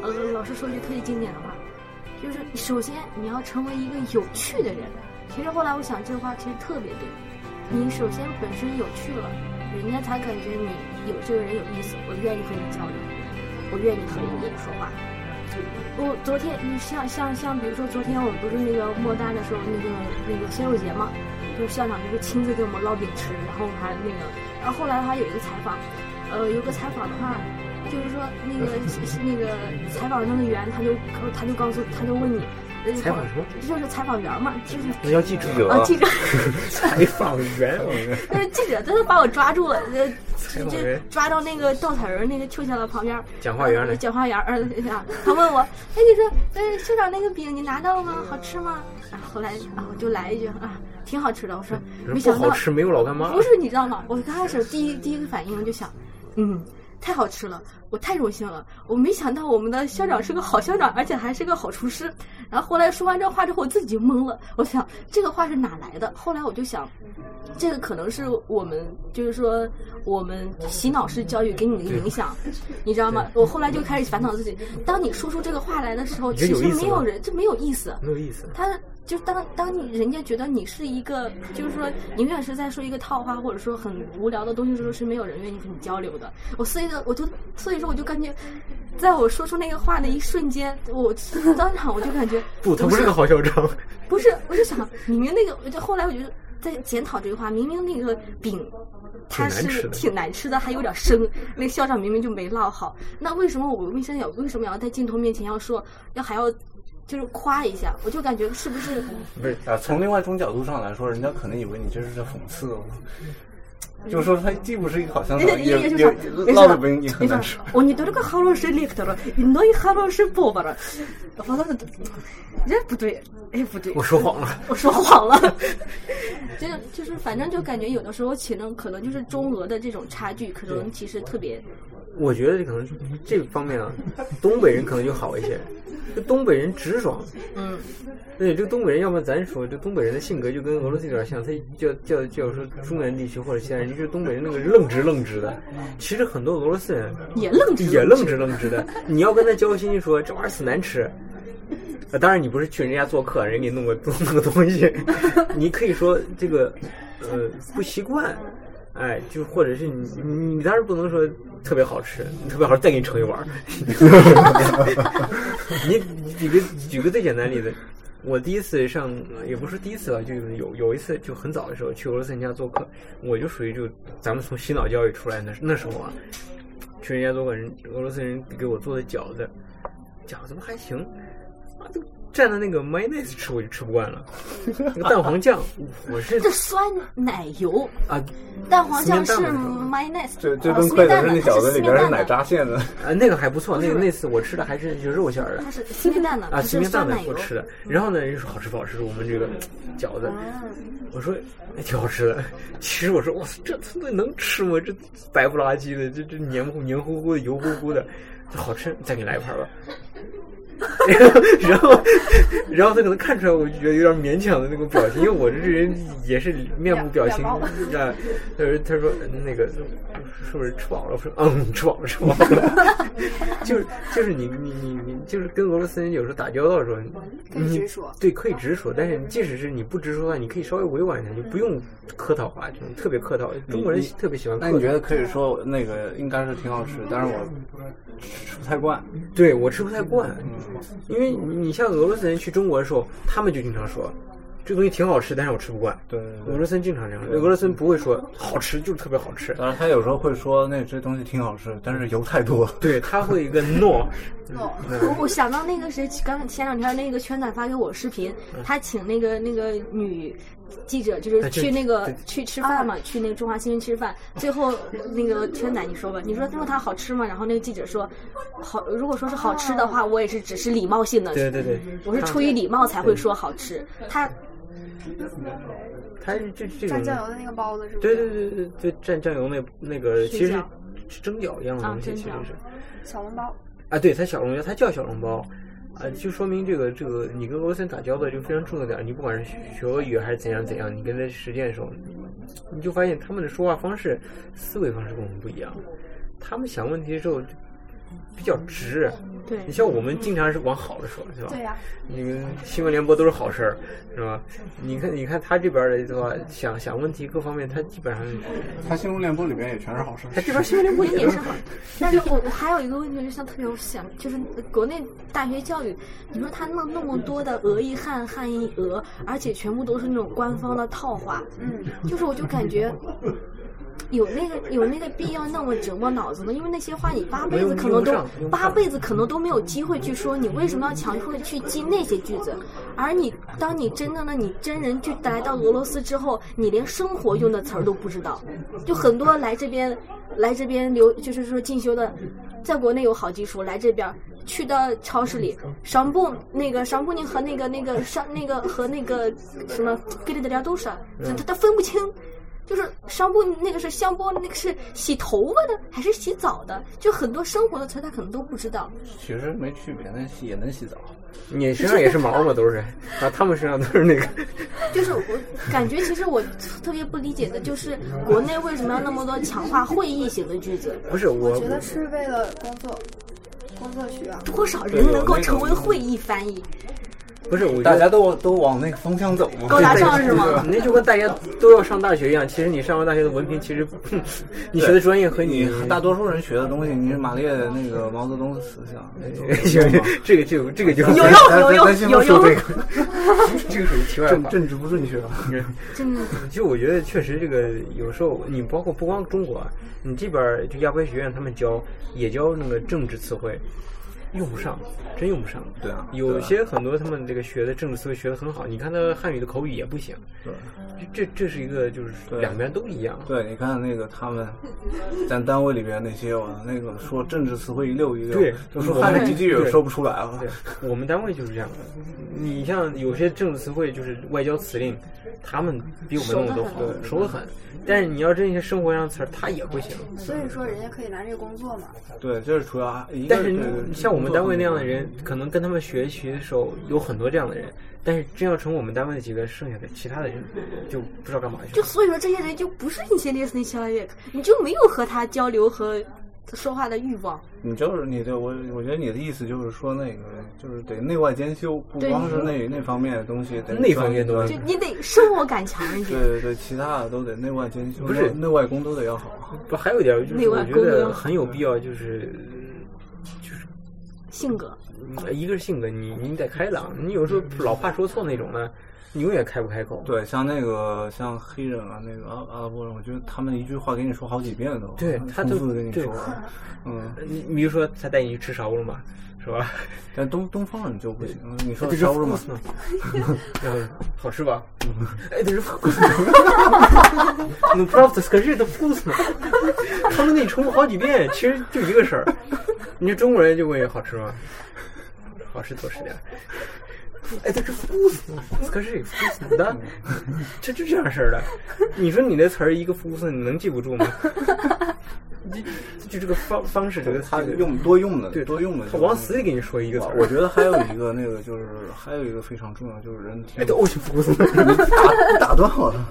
Speaker 5: 呃，老师说一句特别经典的话，就是首先你要成为一个有趣的人。其实后来我想，这话其实特别对。你首先本身有趣了，人家才感觉你有这个人有意思，我愿意和你交流，我愿意和你跟你说话。我昨天，你像像像，比如说昨天我们不是那个莫大的时候，那个那个鲜肉节嘛，就是校长就是亲自给我们烙饼吃，然后还那个， <laughs> 然后后来还有一个采访，呃，有个采访的话，就是说那个 <laughs> 那个采访那个员，他就他就告诉他就问你，呃
Speaker 2: 采访什么？
Speaker 5: 就是采访员嘛，就是
Speaker 2: 那叫记者
Speaker 5: 啊记者。
Speaker 2: 采访员，
Speaker 5: <laughs> 就是记者，真的把我抓住了，呃，
Speaker 2: 访
Speaker 5: 就
Speaker 2: 人
Speaker 5: 抓到那个稻草人那个邱校长旁边儿，
Speaker 2: 讲话员来
Speaker 5: 讲话员儿，呃，啊他问我，哎，你说，呃，校长那个饼你拿到了吗？好吃吗？啊，后来啊，我就来一句啊，挺好吃的。我说，
Speaker 2: 嗯
Speaker 5: 没
Speaker 2: 不
Speaker 5: 想
Speaker 2: 好
Speaker 5: 到，
Speaker 2: 吃，没有老干妈
Speaker 5: 不。是你知道吗？我刚开始第一第一个反应就想，嗯。太好吃了，我太荣幸了！我没想到我们的校长是个好校长，而且还是个好厨师。然后后来说完这话之后，我自己就懵了。我想这个话是哪来的？后来我就想，这个可能是我们就是说我们洗脑式教育给你的影响，你知道吗？我后来就开始反省自己，当你说出这个话来的时候，
Speaker 2: 你觉得
Speaker 5: 其
Speaker 2: 有
Speaker 5: 实
Speaker 2: 意思
Speaker 5: 没有
Speaker 2: 吗
Speaker 5: 人，这没有意思。
Speaker 2: 没有意思，
Speaker 5: 他就当当你人家觉得你是一个，就是说你永远是在说一个套话，或者说很无聊的东西的时候，是没有人愿意跟你交流的。我所以呢，我就所以说我就感觉，在我说出那个话的一瞬间，我当场我就感觉
Speaker 2: 不，他不是个好校长。
Speaker 5: 不是，我就想，明明那个，我就后来我就在检讨这个话，明明那个饼它
Speaker 2: 挺难吃
Speaker 5: 是
Speaker 2: 的
Speaker 5: 挺难吃的，还有点生，那个校长明明就没烙好，那为什么我卫生要为什么要在镜头面前要说要还要就是夸一下，我就感觉是不是
Speaker 3: 不是啊，从另外一种角度上来说，人家可能以为你这是在讽刺我。就说他既不是一个好乡
Speaker 5: 人
Speaker 3: 长，
Speaker 5: 家
Speaker 3: 也
Speaker 5: 人家
Speaker 3: 也
Speaker 5: 就是
Speaker 3: 落的本也很难受。
Speaker 5: Он не только хороший лектор, но и хороший повар. Вот это д- 这不对，哎不对
Speaker 2: 我，说谎了，
Speaker 5: 我说谎了。 <laughs> 真的就是，反正就感觉有的时候可能可能就是中俄的这种差距，可能其实特别
Speaker 2: 我觉得可能这方面啊， <laughs> 东北人可能就好一些，就东北人直爽，
Speaker 5: 嗯，
Speaker 2: 而且这个东北人，要么咱说这东北人的性格就跟俄罗斯有点像，他叫叫叫说中原地区或者其他人，就是东北人那个愣直愣直的。其实很多俄罗斯人
Speaker 5: 嗯也愣直
Speaker 2: 也愣直愣直的，你要跟他交心，说这玩意儿死难吃。呃，当然你不是去人家做客，人给你弄个弄个东
Speaker 5: <laughs>
Speaker 2: 西，你可以说这个呃不习惯，哎，就或者是你你你当然不能说特别好吃，特别好吃再给你盛一碗儿。你 <laughs> 你举个举个最简单的例子，我第一次上也不是第一次吧，就有有一次就很早的时候去俄罗斯人家做客，我就属于就咱们从洗脑教育出来那那时候啊，去人家做客人俄罗斯人给我做的饺子，饺子不还行，啊都蘸着那个 mayonnaise 吃我就吃不惯了，那个蛋黄酱我是
Speaker 5: 这酸奶油
Speaker 2: 啊
Speaker 5: 蛋黄酱是
Speaker 2: 四面蛋嘛
Speaker 5: mayonnaise，
Speaker 3: 最最
Speaker 5: 呃
Speaker 3: 崩
Speaker 5: 四
Speaker 3: 溃
Speaker 5: 面
Speaker 3: 的
Speaker 5: 蛋
Speaker 3: 是那
Speaker 5: 它
Speaker 3: 饺子
Speaker 5: 四
Speaker 3: 里
Speaker 5: 面
Speaker 3: 边是
Speaker 5: 蛋
Speaker 3: 奶
Speaker 5: 的，
Speaker 3: 炸馅
Speaker 5: <laughs>
Speaker 3: 的，
Speaker 2: 啊那个还不错，那个那次我吃的还是就肉馅儿的
Speaker 5: 它。是西面蛋的，
Speaker 2: 啊，
Speaker 5: 它
Speaker 2: 西
Speaker 5: 是
Speaker 2: 面蛋
Speaker 5: 酸
Speaker 2: 奶
Speaker 5: 奶
Speaker 2: 我
Speaker 5: 油。嗯哦
Speaker 2: 吃的，然后呢，人家说好吃不好吃，说我们这个饺子，我说哎挺好吃的。其实我说哇塞，这这能吃吗？这白不拉几的，这这黏糊黏糊糊的，油乎乎的，这好吃，再给你来一盘
Speaker 5: <laughs>
Speaker 2: 吧。然后，然后他可能看出来，我就觉得有点勉强的那种表情，因为我这人也是面部表情啊。他说：“他说那个是不是吃饱了？”我说：“嗯，吃饱了，吃饱了。”
Speaker 4: <laughs>
Speaker 2: 就是就是你你你你就是跟俄罗斯人有时候打交道的时候，
Speaker 4: 可以
Speaker 2: 你
Speaker 4: 直说
Speaker 2: 对，可以直说。但是即使是你不直说的话，你可以稍微委婉一下，就不用客套话，就特别客套。中国人
Speaker 3: 嗯你
Speaker 2: 特别喜欢客
Speaker 3: 那
Speaker 2: 套。
Speaker 3: 你觉得可以说那个应该是挺好吃，但是我吃不太惯。
Speaker 2: 对我吃不太惯，
Speaker 3: 嗯
Speaker 2: 因为你像俄罗斯人去中国的时候，他们就经常说这东西挺好吃，但是我吃不惯。
Speaker 3: 对
Speaker 2: 俄罗斯人经常这样，俄罗斯人不会说好吃就是特别好吃，
Speaker 3: 当然他有时候会说那这东西挺好吃，但是油太多了。
Speaker 2: 对他会一个 no，
Speaker 5: 我我想到那个谁，刚前两天那个圈仔发给我视频，
Speaker 2: 嗯
Speaker 5: 他请那个那个女记者，就是
Speaker 2: 哎这嗯
Speaker 5: 去那个
Speaker 2: 这
Speaker 5: 去吃饭嘛，去那个中华新闻吃饭。最后那个圈仔，你说吧，你说他说它好吃吗？然后那个记者说，好，如果说是好吃的话，我也是只是礼貌性的，
Speaker 2: 哦
Speaker 5: 嗯
Speaker 2: 对对对，
Speaker 5: 我是出于礼貌才会说好吃。他
Speaker 2: 他是这这
Speaker 4: 蘸
Speaker 2: 种
Speaker 4: 酱油的那个包子是不
Speaker 2: 对
Speaker 4: 是？
Speaker 2: 对对对对，蘸酱油那那个其实
Speaker 4: 饺
Speaker 2: 是蒸饺一样的
Speaker 5: 啊
Speaker 2: 东西，
Speaker 5: 蒸
Speaker 2: 其实
Speaker 5: 饺
Speaker 2: 是
Speaker 4: 小笼包。
Speaker 2: 啊，对，它小笼包，它叫小笼包。啊，就说明这个这个你跟俄罗斯人打交道就非常重要点儿。你不管是学学俄语还是怎样怎样，你跟他实践的时候，你就发现他们的说话方式、思维方式跟我们不一样。他们想问题的时候就比较直。
Speaker 5: 对
Speaker 2: 你像我们经常是往好的说，是吧？
Speaker 4: 对呀、
Speaker 2: 那个新闻联播都是好事儿，是吧？你看，你看他这边儿的话，想想问题各方面，他基本上，
Speaker 3: 他新闻联播里面也全是好吃。
Speaker 2: 他这边新闻联播也
Speaker 5: 也是好。但是我我还有一个问题，就像特别我想，就是国内大学教育，你说他弄那么多的俄裔汉、汉裔俄，而且全部都是那种官方的套话，
Speaker 4: 嗯，
Speaker 5: 就是我就感觉。有那个有那个必要那么折磨脑子呢？因为那些话你八辈子可能
Speaker 2: 用不
Speaker 5: 都
Speaker 2: 上用不上
Speaker 5: 八辈子可能都没有机会去说，你为什么要强迫去记那些句子？而你当你真的呢，你真人去来到俄罗斯之后，你连生活用的词儿都不知道，就很多来这边来这边留就是说进修的，在国内有好基础，来这边儿去到超市里，商布那个商布宁和那个那个商那个和那个什么格里德亚都是，他他他分不清。就是商布那个是香波，那个是洗头发的还是洗澡的？就很多生活的词儿他可能都不知道。
Speaker 3: 其实没区别，那也能洗澡。
Speaker 2: 你身上也是毛嘛，都是啊，他们身上都是那个，
Speaker 5: 就是我感觉，其实我特别不理解的就是国内为什么要那么多强化会议型的句子？
Speaker 2: <laughs> 不是我，
Speaker 4: 我觉得是为了工作，工作需要。
Speaker 5: 多少人能够成为会议翻译？
Speaker 2: 不是我觉得
Speaker 3: 大家都都往那个方向走嘛。
Speaker 5: 高
Speaker 3: <laughs>
Speaker 5: 大上是吗？
Speaker 2: 你那就跟大家都要上大学一样，其实你上完大学的文凭，其实你学的专业和
Speaker 3: 你
Speaker 2: 你
Speaker 3: 大多数人学的东西，你是马列那个毛泽东的思想，哎
Speaker 2: 行， <laughs> 这个就这个就
Speaker 5: 有用有用有用
Speaker 3: 这
Speaker 5: <laughs>
Speaker 3: 个
Speaker 2: 这个属于题外
Speaker 3: 政
Speaker 2: 话。
Speaker 3: 政治不正确啊。
Speaker 5: 真的
Speaker 2: 就我觉得确实这个有时候你包括不光中国，啊，你这边儿就亚非学院他们教也教那个政治词汇，用不上，真用不上。
Speaker 3: 对啊，
Speaker 2: 有
Speaker 3: 对啊
Speaker 2: 些很多他们这个学的政治思维学的很好，你看他汉语的口语也不行，
Speaker 3: 对
Speaker 2: 这这这是一个就是
Speaker 3: 对
Speaker 2: 两边都一样。
Speaker 3: 对，你看那个他们，咱单位里边那些我那个说政治词汇一溜一溜，
Speaker 2: 对
Speaker 3: 就说汉语几句也说不出来了。
Speaker 2: 对，我们单位就是这样的。你像有些政治词汇，就是外交辞令，他们比我们弄的都好，熟得很。但是你要真一些生活上词儿，他也不行。
Speaker 4: 所以说人家可以拿这个工作嘛。
Speaker 3: 对，这是主要。一个
Speaker 2: 但是你像我们单位那样的，
Speaker 3: 对
Speaker 2: 人，可能跟他们学习的时候有很多这样的人，但是真要成我们单位的几个，剩下的其他的人就不知道干嘛去
Speaker 6: 就
Speaker 2: 了。
Speaker 6: 所以说这些人就不是你 serious 那 человек，你就没有和他交流和说话的欲望。
Speaker 3: 你就是你的，我我觉得你的意思就是说那个，就是得内外兼修，不光是那那方面的东西，得
Speaker 2: 那方面的东西
Speaker 6: 就你得生活感强一
Speaker 3: 对
Speaker 6: 点。
Speaker 3: 对对，其他的都得内外兼修，
Speaker 2: 不是
Speaker 3: 内内外功都得要好。
Speaker 2: 不，还有一点就
Speaker 6: 内
Speaker 2: 是，
Speaker 6: 外
Speaker 2: 我觉
Speaker 6: 沟通
Speaker 2: 得很有必要，就是
Speaker 6: 性格，
Speaker 2: 嗯一个是性格，你你得开朗，你有时候老怕说错那种呢，你永远开不开口。
Speaker 3: 对，像那个像黑人啊，那个阿阿拉伯人，我觉得他们一句话给你说好几遍都，
Speaker 2: 对他
Speaker 3: 重
Speaker 2: 都
Speaker 3: 复地跟你
Speaker 2: 对
Speaker 3: 说，嗯。
Speaker 2: 你比如说，他带你去吃烧肉嘛，是吧？
Speaker 3: 但东东方人就不行，你说
Speaker 2: 这
Speaker 3: 烧肉嘛，
Speaker 2: 吗？然后好吃吧？哎，这是 Ну просто скажи это вкусно。他们给你重复好几遍，其实就一个事儿。你这中国人就问好吃吗？好吃多吃点儿。哎，这是 вкусно, скажи вкусно, да？这就这样式儿的。你说你那词儿一个 вкусно 你能记不住吗？就就这个方方式，这个
Speaker 3: 他
Speaker 2: 这个
Speaker 3: 用多用的，
Speaker 2: 对
Speaker 3: 多用的就
Speaker 2: 他
Speaker 3: 是。
Speaker 2: 往死里给你说一个词
Speaker 3: 我
Speaker 2: 儿。
Speaker 3: 我觉得还有一个那个就是还有一个非常重要就是人的
Speaker 2: 哎，
Speaker 3: 天
Speaker 2: 都
Speaker 3: 赋，
Speaker 2: 我去 вкусно。
Speaker 3: 不打断我了。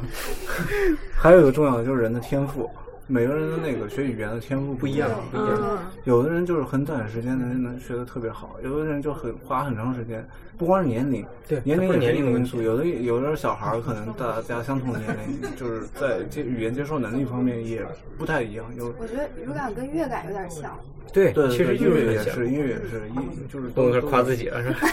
Speaker 3: <laughs> 还有一个重要的就是人的天赋，每个人的那个学语言的天赋不一样。
Speaker 2: 不一
Speaker 5: 嗯
Speaker 2: 样。
Speaker 3: 有的人就是很短时间能能学的特别好，有的人就很花很长时间，不光是年龄，
Speaker 2: 对
Speaker 3: 年龄
Speaker 2: 不是
Speaker 3: 也是
Speaker 2: 年
Speaker 3: 一
Speaker 2: 龄的
Speaker 3: 个因
Speaker 2: 问
Speaker 3: 素。有的有的小孩儿可能大家相同年龄，就是在接语言接受能力方面也不太一样，有
Speaker 4: 我觉得语感跟乐感有点像，
Speaker 2: 对，
Speaker 3: 对，
Speaker 2: 其实
Speaker 3: 对
Speaker 2: 就
Speaker 3: 音乐
Speaker 2: 是
Speaker 3: 也是音乐也是一就是
Speaker 2: 不能
Speaker 3: 都
Speaker 2: 说夸自己了，是吧？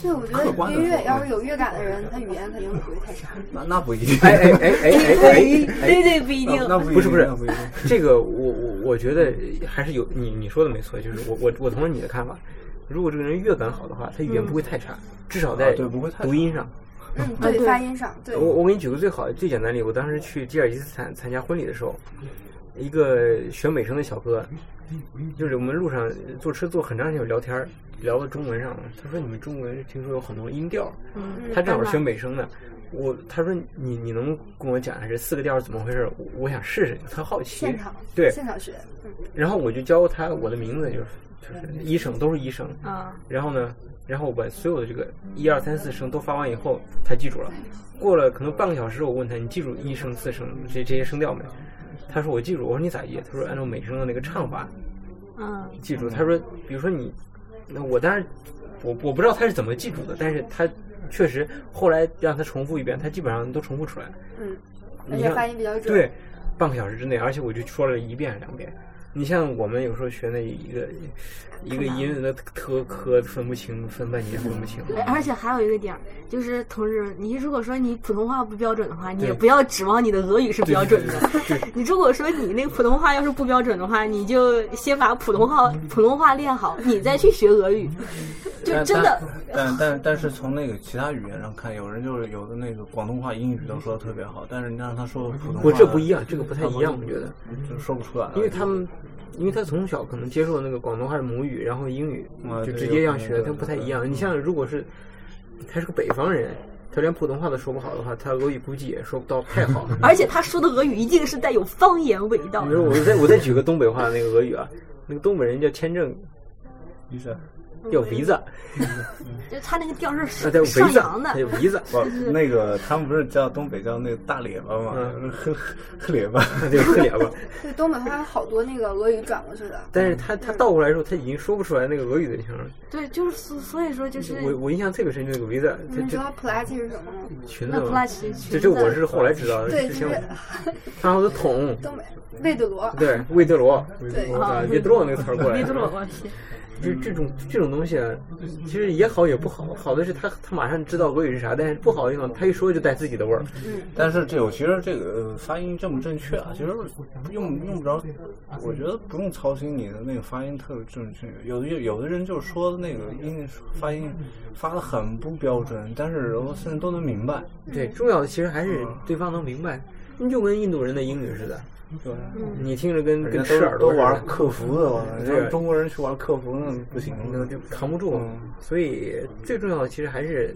Speaker 4: 对，我觉
Speaker 3: 客观
Speaker 4: 得
Speaker 3: 地
Speaker 4: 音乐
Speaker 3: 说
Speaker 4: 要是有乐感的人，他语言肯定不会太
Speaker 2: <laughs>
Speaker 4: 差。嗯
Speaker 3: 那那不一定，
Speaker 2: 哎哎
Speaker 3: <laughs>
Speaker 2: 哎哎哎哎哎，
Speaker 6: 对对，不一定
Speaker 3: 那，那不一定
Speaker 2: 不是不是
Speaker 3: 那不一定，
Speaker 2: 这个我我我觉得还是有你你说的没错，就是我我我同意你的看法。如果这个人乐感好的话，他语言不会太差，至少在
Speaker 3: 嗯啊对不会太差
Speaker 2: 读音上。
Speaker 4: 嗯，对，发音上，对
Speaker 2: 我，我给你举个最好的最简单的例子，我当时去吉尔吉斯斯坦参加婚礼的时候，一个学美声的小哥，就是我们路上坐车坐很长时间聊天儿，聊到中文上了。他说：“你们中文听说有很多音调。”
Speaker 4: 嗯
Speaker 2: 他正好是学美声的。我他说你你能跟我讲一下这四个调是怎么回事？我我想试试，他好奇。
Speaker 4: 现场
Speaker 2: 对，
Speaker 4: 现场学，
Speaker 2: 然后我就教他我的名字就是就是医生，都是医生。
Speaker 6: 啊，
Speaker 2: 然后呢，然后我把所有的这个一二三四声都发完以后，他记住了。过了可能半个小时，我问他你记住一声四声这这些声调没？他说我记住。我说你咋记？他说按照美声的那个唱法
Speaker 6: 嗯，
Speaker 2: 记住。他说比如说你，那我当然我我不知道他是怎么记住的，但是他确实后来让他重复一遍，他基本上都重复出来。
Speaker 4: 嗯，而
Speaker 2: 你
Speaker 4: 且
Speaker 2: 像
Speaker 4: 发音比较准。
Speaker 2: 对，半个小时之内，而且我就说了一遍两遍。你像我们有时候学那一个一个音的特科分不清，分半截分不清。
Speaker 6: 哎而且还有一个点儿，就是同志们，你如果说你普通话不标准的话，你也
Speaker 2: 对
Speaker 6: 不要指望你的俄语是标准的。
Speaker 2: 对对
Speaker 6: <laughs> 你如果说你那个普通话要是不标准的话，你就先把普通话
Speaker 2: 嗯
Speaker 6: 普通话练好，你再去学俄语，就
Speaker 3: 但
Speaker 6: 真的。
Speaker 3: 但但但是从那个其他语言上看，有人就是有的那个广东话、英语都说的特别好，但是你让他说普通话，
Speaker 2: 不，这不一样，这个不太一样，我觉得，
Speaker 3: 就说不出来了，
Speaker 2: 因为他们，因为他从小可能接受的那个广东话是母语，然后英语
Speaker 3: 啊
Speaker 2: 就
Speaker 3: 对
Speaker 2: 直
Speaker 3: 有
Speaker 2: 接这样
Speaker 3: 可能
Speaker 2: 学，
Speaker 3: 对
Speaker 2: 他不太
Speaker 3: 对
Speaker 2: 一样。你像如果是他是个北方人，他连普通话都说不好的话，他俄语估计也说不到太好。
Speaker 6: 而且他说的俄语一定是带有方言味道
Speaker 2: <laughs> 比如我再我再举个东北话的那个俄语啊，那个东北人叫签证
Speaker 4: 嗯
Speaker 3: 医生。
Speaker 2: 叫 visa。
Speaker 6: 就他那个调儿
Speaker 2: 那叫
Speaker 6: 是上
Speaker 2: 围
Speaker 6: 扬
Speaker 2: 子，
Speaker 6: 的
Speaker 2: 那。叫围子，
Speaker 3: 不，那个他们不是叫东北叫那个大列巴吗？
Speaker 2: 嗯
Speaker 3: 黑黑列巴， <laughs>
Speaker 2: 那叫黑脸吧。
Speaker 4: 对，东北话有好多那个俄语转过去的，
Speaker 2: 但是他他倒过来的时候，他已经说不出来那个俄语的腔了。
Speaker 6: 对，就是所所以说就是
Speaker 2: 我我印象特别嗯深，就那个围子，
Speaker 4: 你
Speaker 2: 他
Speaker 4: 们知
Speaker 2: 这
Speaker 4: 道 plus 是什么吗？
Speaker 2: 裙子
Speaker 6: 那普
Speaker 2: 嘛
Speaker 6: 拉，奇
Speaker 2: 这这我是后来知道的，
Speaker 4: 对，
Speaker 2: 之
Speaker 4: 就
Speaker 2: 前
Speaker 4: 是
Speaker 2: 我然后的桶，
Speaker 4: 东北魏德罗，
Speaker 2: 对，魏德罗，
Speaker 4: 对
Speaker 2: 啊，魏德罗那个词儿过来
Speaker 6: 维多
Speaker 2: 的，
Speaker 6: 洛，我天，
Speaker 2: 这这种这种东西啊，其实也好也不好。好的是他他马上知道俄语是啥，但是不好的地方他一说就带自己的味儿。
Speaker 3: 但是这我其实这个呃发音正不正确啊，其实用用不着，我觉得不用操心你的那个发音特别正确。有的有的人就是说那个音发音发的很不标准，但是我现在都能明白。
Speaker 2: 对，重要的其实还是
Speaker 3: 嗯
Speaker 2: 对方能明白，你就跟印度人的英语似的，
Speaker 3: 对，
Speaker 6: 嗯
Speaker 2: 你听着跟跟
Speaker 3: 人
Speaker 2: 吃
Speaker 3: 家
Speaker 2: 耳朵
Speaker 3: 都都
Speaker 2: 似的
Speaker 3: 玩客服
Speaker 2: <laughs>
Speaker 3: 的，我
Speaker 2: 对
Speaker 3: 让中国人去玩客服那不行
Speaker 2: 那
Speaker 3: 的。
Speaker 2: 就扛不住
Speaker 3: 嗯。
Speaker 2: 所以最重要的其实还是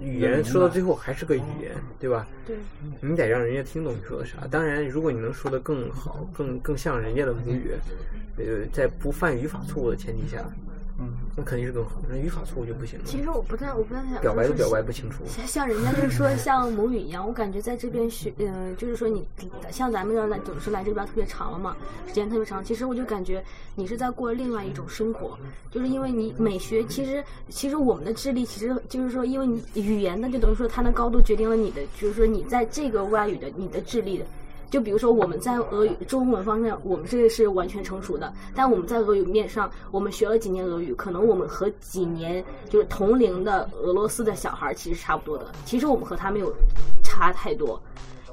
Speaker 2: 语言，说到最后还是个语言，对吧？
Speaker 5: 对，
Speaker 2: 你得让人家听懂你说的啥。当然，如果你能说的更好，更更像人家的母语，呃，在不犯语法错误的前提下，
Speaker 3: 嗯，
Speaker 2: 那肯定是更好。那语法错误就不行
Speaker 5: 其
Speaker 2: 了，
Speaker 5: 实我不太，我不太想
Speaker 2: 表白
Speaker 5: 就
Speaker 2: 都
Speaker 5: 是
Speaker 2: 表白不清楚。
Speaker 5: 像像人家就是说像母语一样，我感觉在这边学，嗯、就是说你像咱们这儿来总是来这边特别长了嘛，时间特别长。其实我就感觉你是在过另外一种生活，就是因为你每学，其实其实我们的智力其实就是说，因为你语言的就等于说它的高度决定了你的，就是说你在这个外语的你的智力的。就比如说我们在俄语、中文方面，我们这个是完全成熟的，但我们在俄语面上，我们学了几年俄语，可能我们和几年就是同龄的俄罗斯的小孩儿其实差不多的。其实我们和他没有差太多，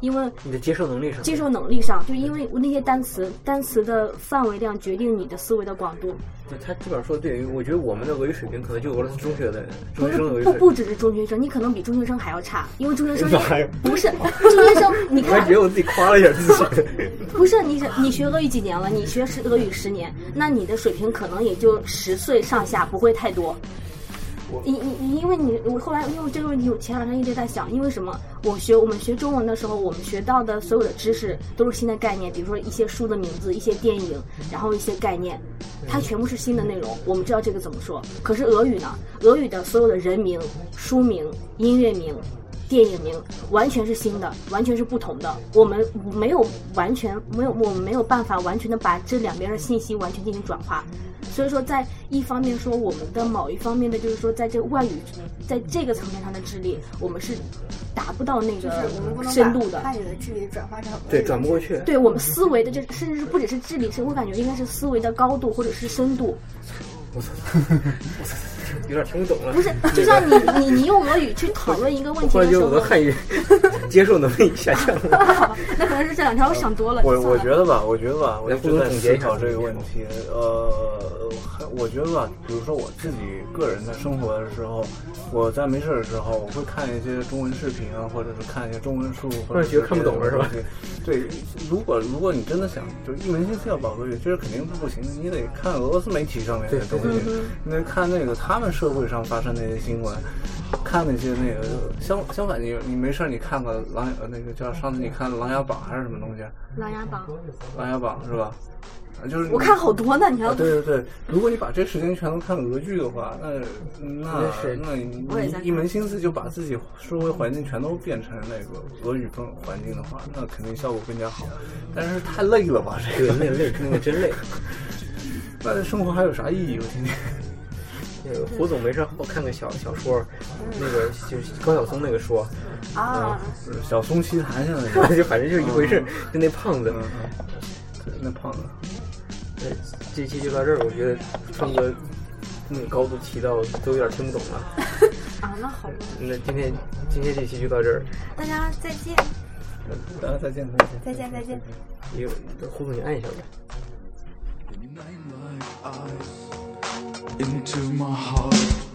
Speaker 5: 因为
Speaker 2: 你的接受能力上，
Speaker 5: 接受能力上，就因为那些单词单词的范围量决定你的思维的广度，
Speaker 2: 对他基本上说的对。我觉得我们的俄语水平可能就俄罗斯中学的中
Speaker 5: 不
Speaker 2: 学
Speaker 5: 是
Speaker 2: 生的俄语
Speaker 5: 不
Speaker 2: 水
Speaker 5: 不
Speaker 2: 平。
Speaker 5: 只是中学生，你可能比中学生还要差，因为中学生
Speaker 2: 那还
Speaker 5: 不是中学生，你
Speaker 2: 我还
Speaker 5: 看
Speaker 2: 觉得我自己夸了一下自己。
Speaker 5: 不是你是你学俄语几年了？你学十俄语十年，那你的水平可能也就十岁上下，不会太多。因因因为你我后来因为这个问题，我前两天一直在想，因为什么？我学我们学中文的时候，我们学到的所有的知识都是新的概念，比如说一些书的名字、一些电影，然后一些概念，它全部是新的内容。我们知道这个怎么说，可是俄语呢？俄语的所有的人名、书名、音乐名、电影名完全是新的，完全是不同的。我们没有完全没有，我们没有办法完全的把这两边的信息完全进行转化。所以说，在一方面说我们的某一方面的，就是说在这个外语，在这个层面上的智力，我们是达不到那
Speaker 4: 就是
Speaker 5: 个
Speaker 4: 我们不
Speaker 5: 深
Speaker 4: 能
Speaker 5: 度
Speaker 4: 把
Speaker 5: 的。
Speaker 4: 哎汉语的智力转化成俄语
Speaker 2: 对，转不过去。
Speaker 5: 对我们思维的这，甚至是不只是智力，是我感觉应该是思维的高度或者是深度。
Speaker 2: 有点听不懂了。
Speaker 5: 不是，就像你你你用俄语去讨论一个问题
Speaker 2: 忽
Speaker 5: 的
Speaker 2: 然觉
Speaker 5: 时
Speaker 2: 得我
Speaker 5: 候
Speaker 2: 的，汉语 <laughs> 接受能力下降了。 <laughs>
Speaker 5: 那可能是这两条我想多了。
Speaker 3: 我
Speaker 5: 算
Speaker 3: 我
Speaker 5: 了
Speaker 3: 觉得吧，我觉得吧，我
Speaker 2: 来
Speaker 3: 一直
Speaker 2: 互动
Speaker 3: 在
Speaker 2: 总
Speaker 3: 思
Speaker 2: 结一下
Speaker 3: 考这个问题。呃，还我觉得吧，比如说我自己个人在生活的时候，我在没事儿的时候，我会看一些中文视频啊，或者是看一些中文书，或者
Speaker 2: 觉得看不懂了是吧
Speaker 3: 别的东西？对，如果如果你真的想就一门心思要搞俄语，这是肯定是不行的，你得看俄罗斯媒体上面的东西，你得看那个他们社会上发生的一些新闻。看那些那个相相反你你没事儿你看个琅呃那个叫上次你看《琅琊榜》还是什么东西啊？
Speaker 5: 琅琊榜，
Speaker 3: 琅琊榜是吧？啊就是你
Speaker 5: 我看好多呢，你
Speaker 3: 啊
Speaker 5: 要，
Speaker 3: 对对对，如果你把这时间全都看俄剧的话，那那
Speaker 2: 也是
Speaker 3: 那你
Speaker 5: 我也在
Speaker 3: 你
Speaker 5: 看
Speaker 3: 一门心思就把自己周围环境全都变成那个俄语风环境的话，那肯定效果更加好。但是太累了吧，这
Speaker 2: 对，
Speaker 3: 个
Speaker 2: 累累，那个真累。
Speaker 3: <laughs> 那生活还有啥意义？我天天
Speaker 2: 那个胡总没事儿，我看个小小说，
Speaker 3: 嗯
Speaker 2: 那个就是高晓松那个说， <laughs>
Speaker 4: 啊，
Speaker 3: 就是小松奇谈现在就
Speaker 2: 就反正就是一回事儿，就那胖子
Speaker 3: <laughs> 嗯。嗯，对那胖子，
Speaker 2: 呃这期就到这儿，我觉得川哥那个高度提到都有点听不懂了。
Speaker 4: 啊，那好吧，
Speaker 2: 那今天今天这期就到这儿，
Speaker 4: 大家再见，
Speaker 3: 大家再见再见。
Speaker 4: 再见，再见。
Speaker 2: 也胡总你按一下吧。
Speaker 7: Midnight light eyes into my heart.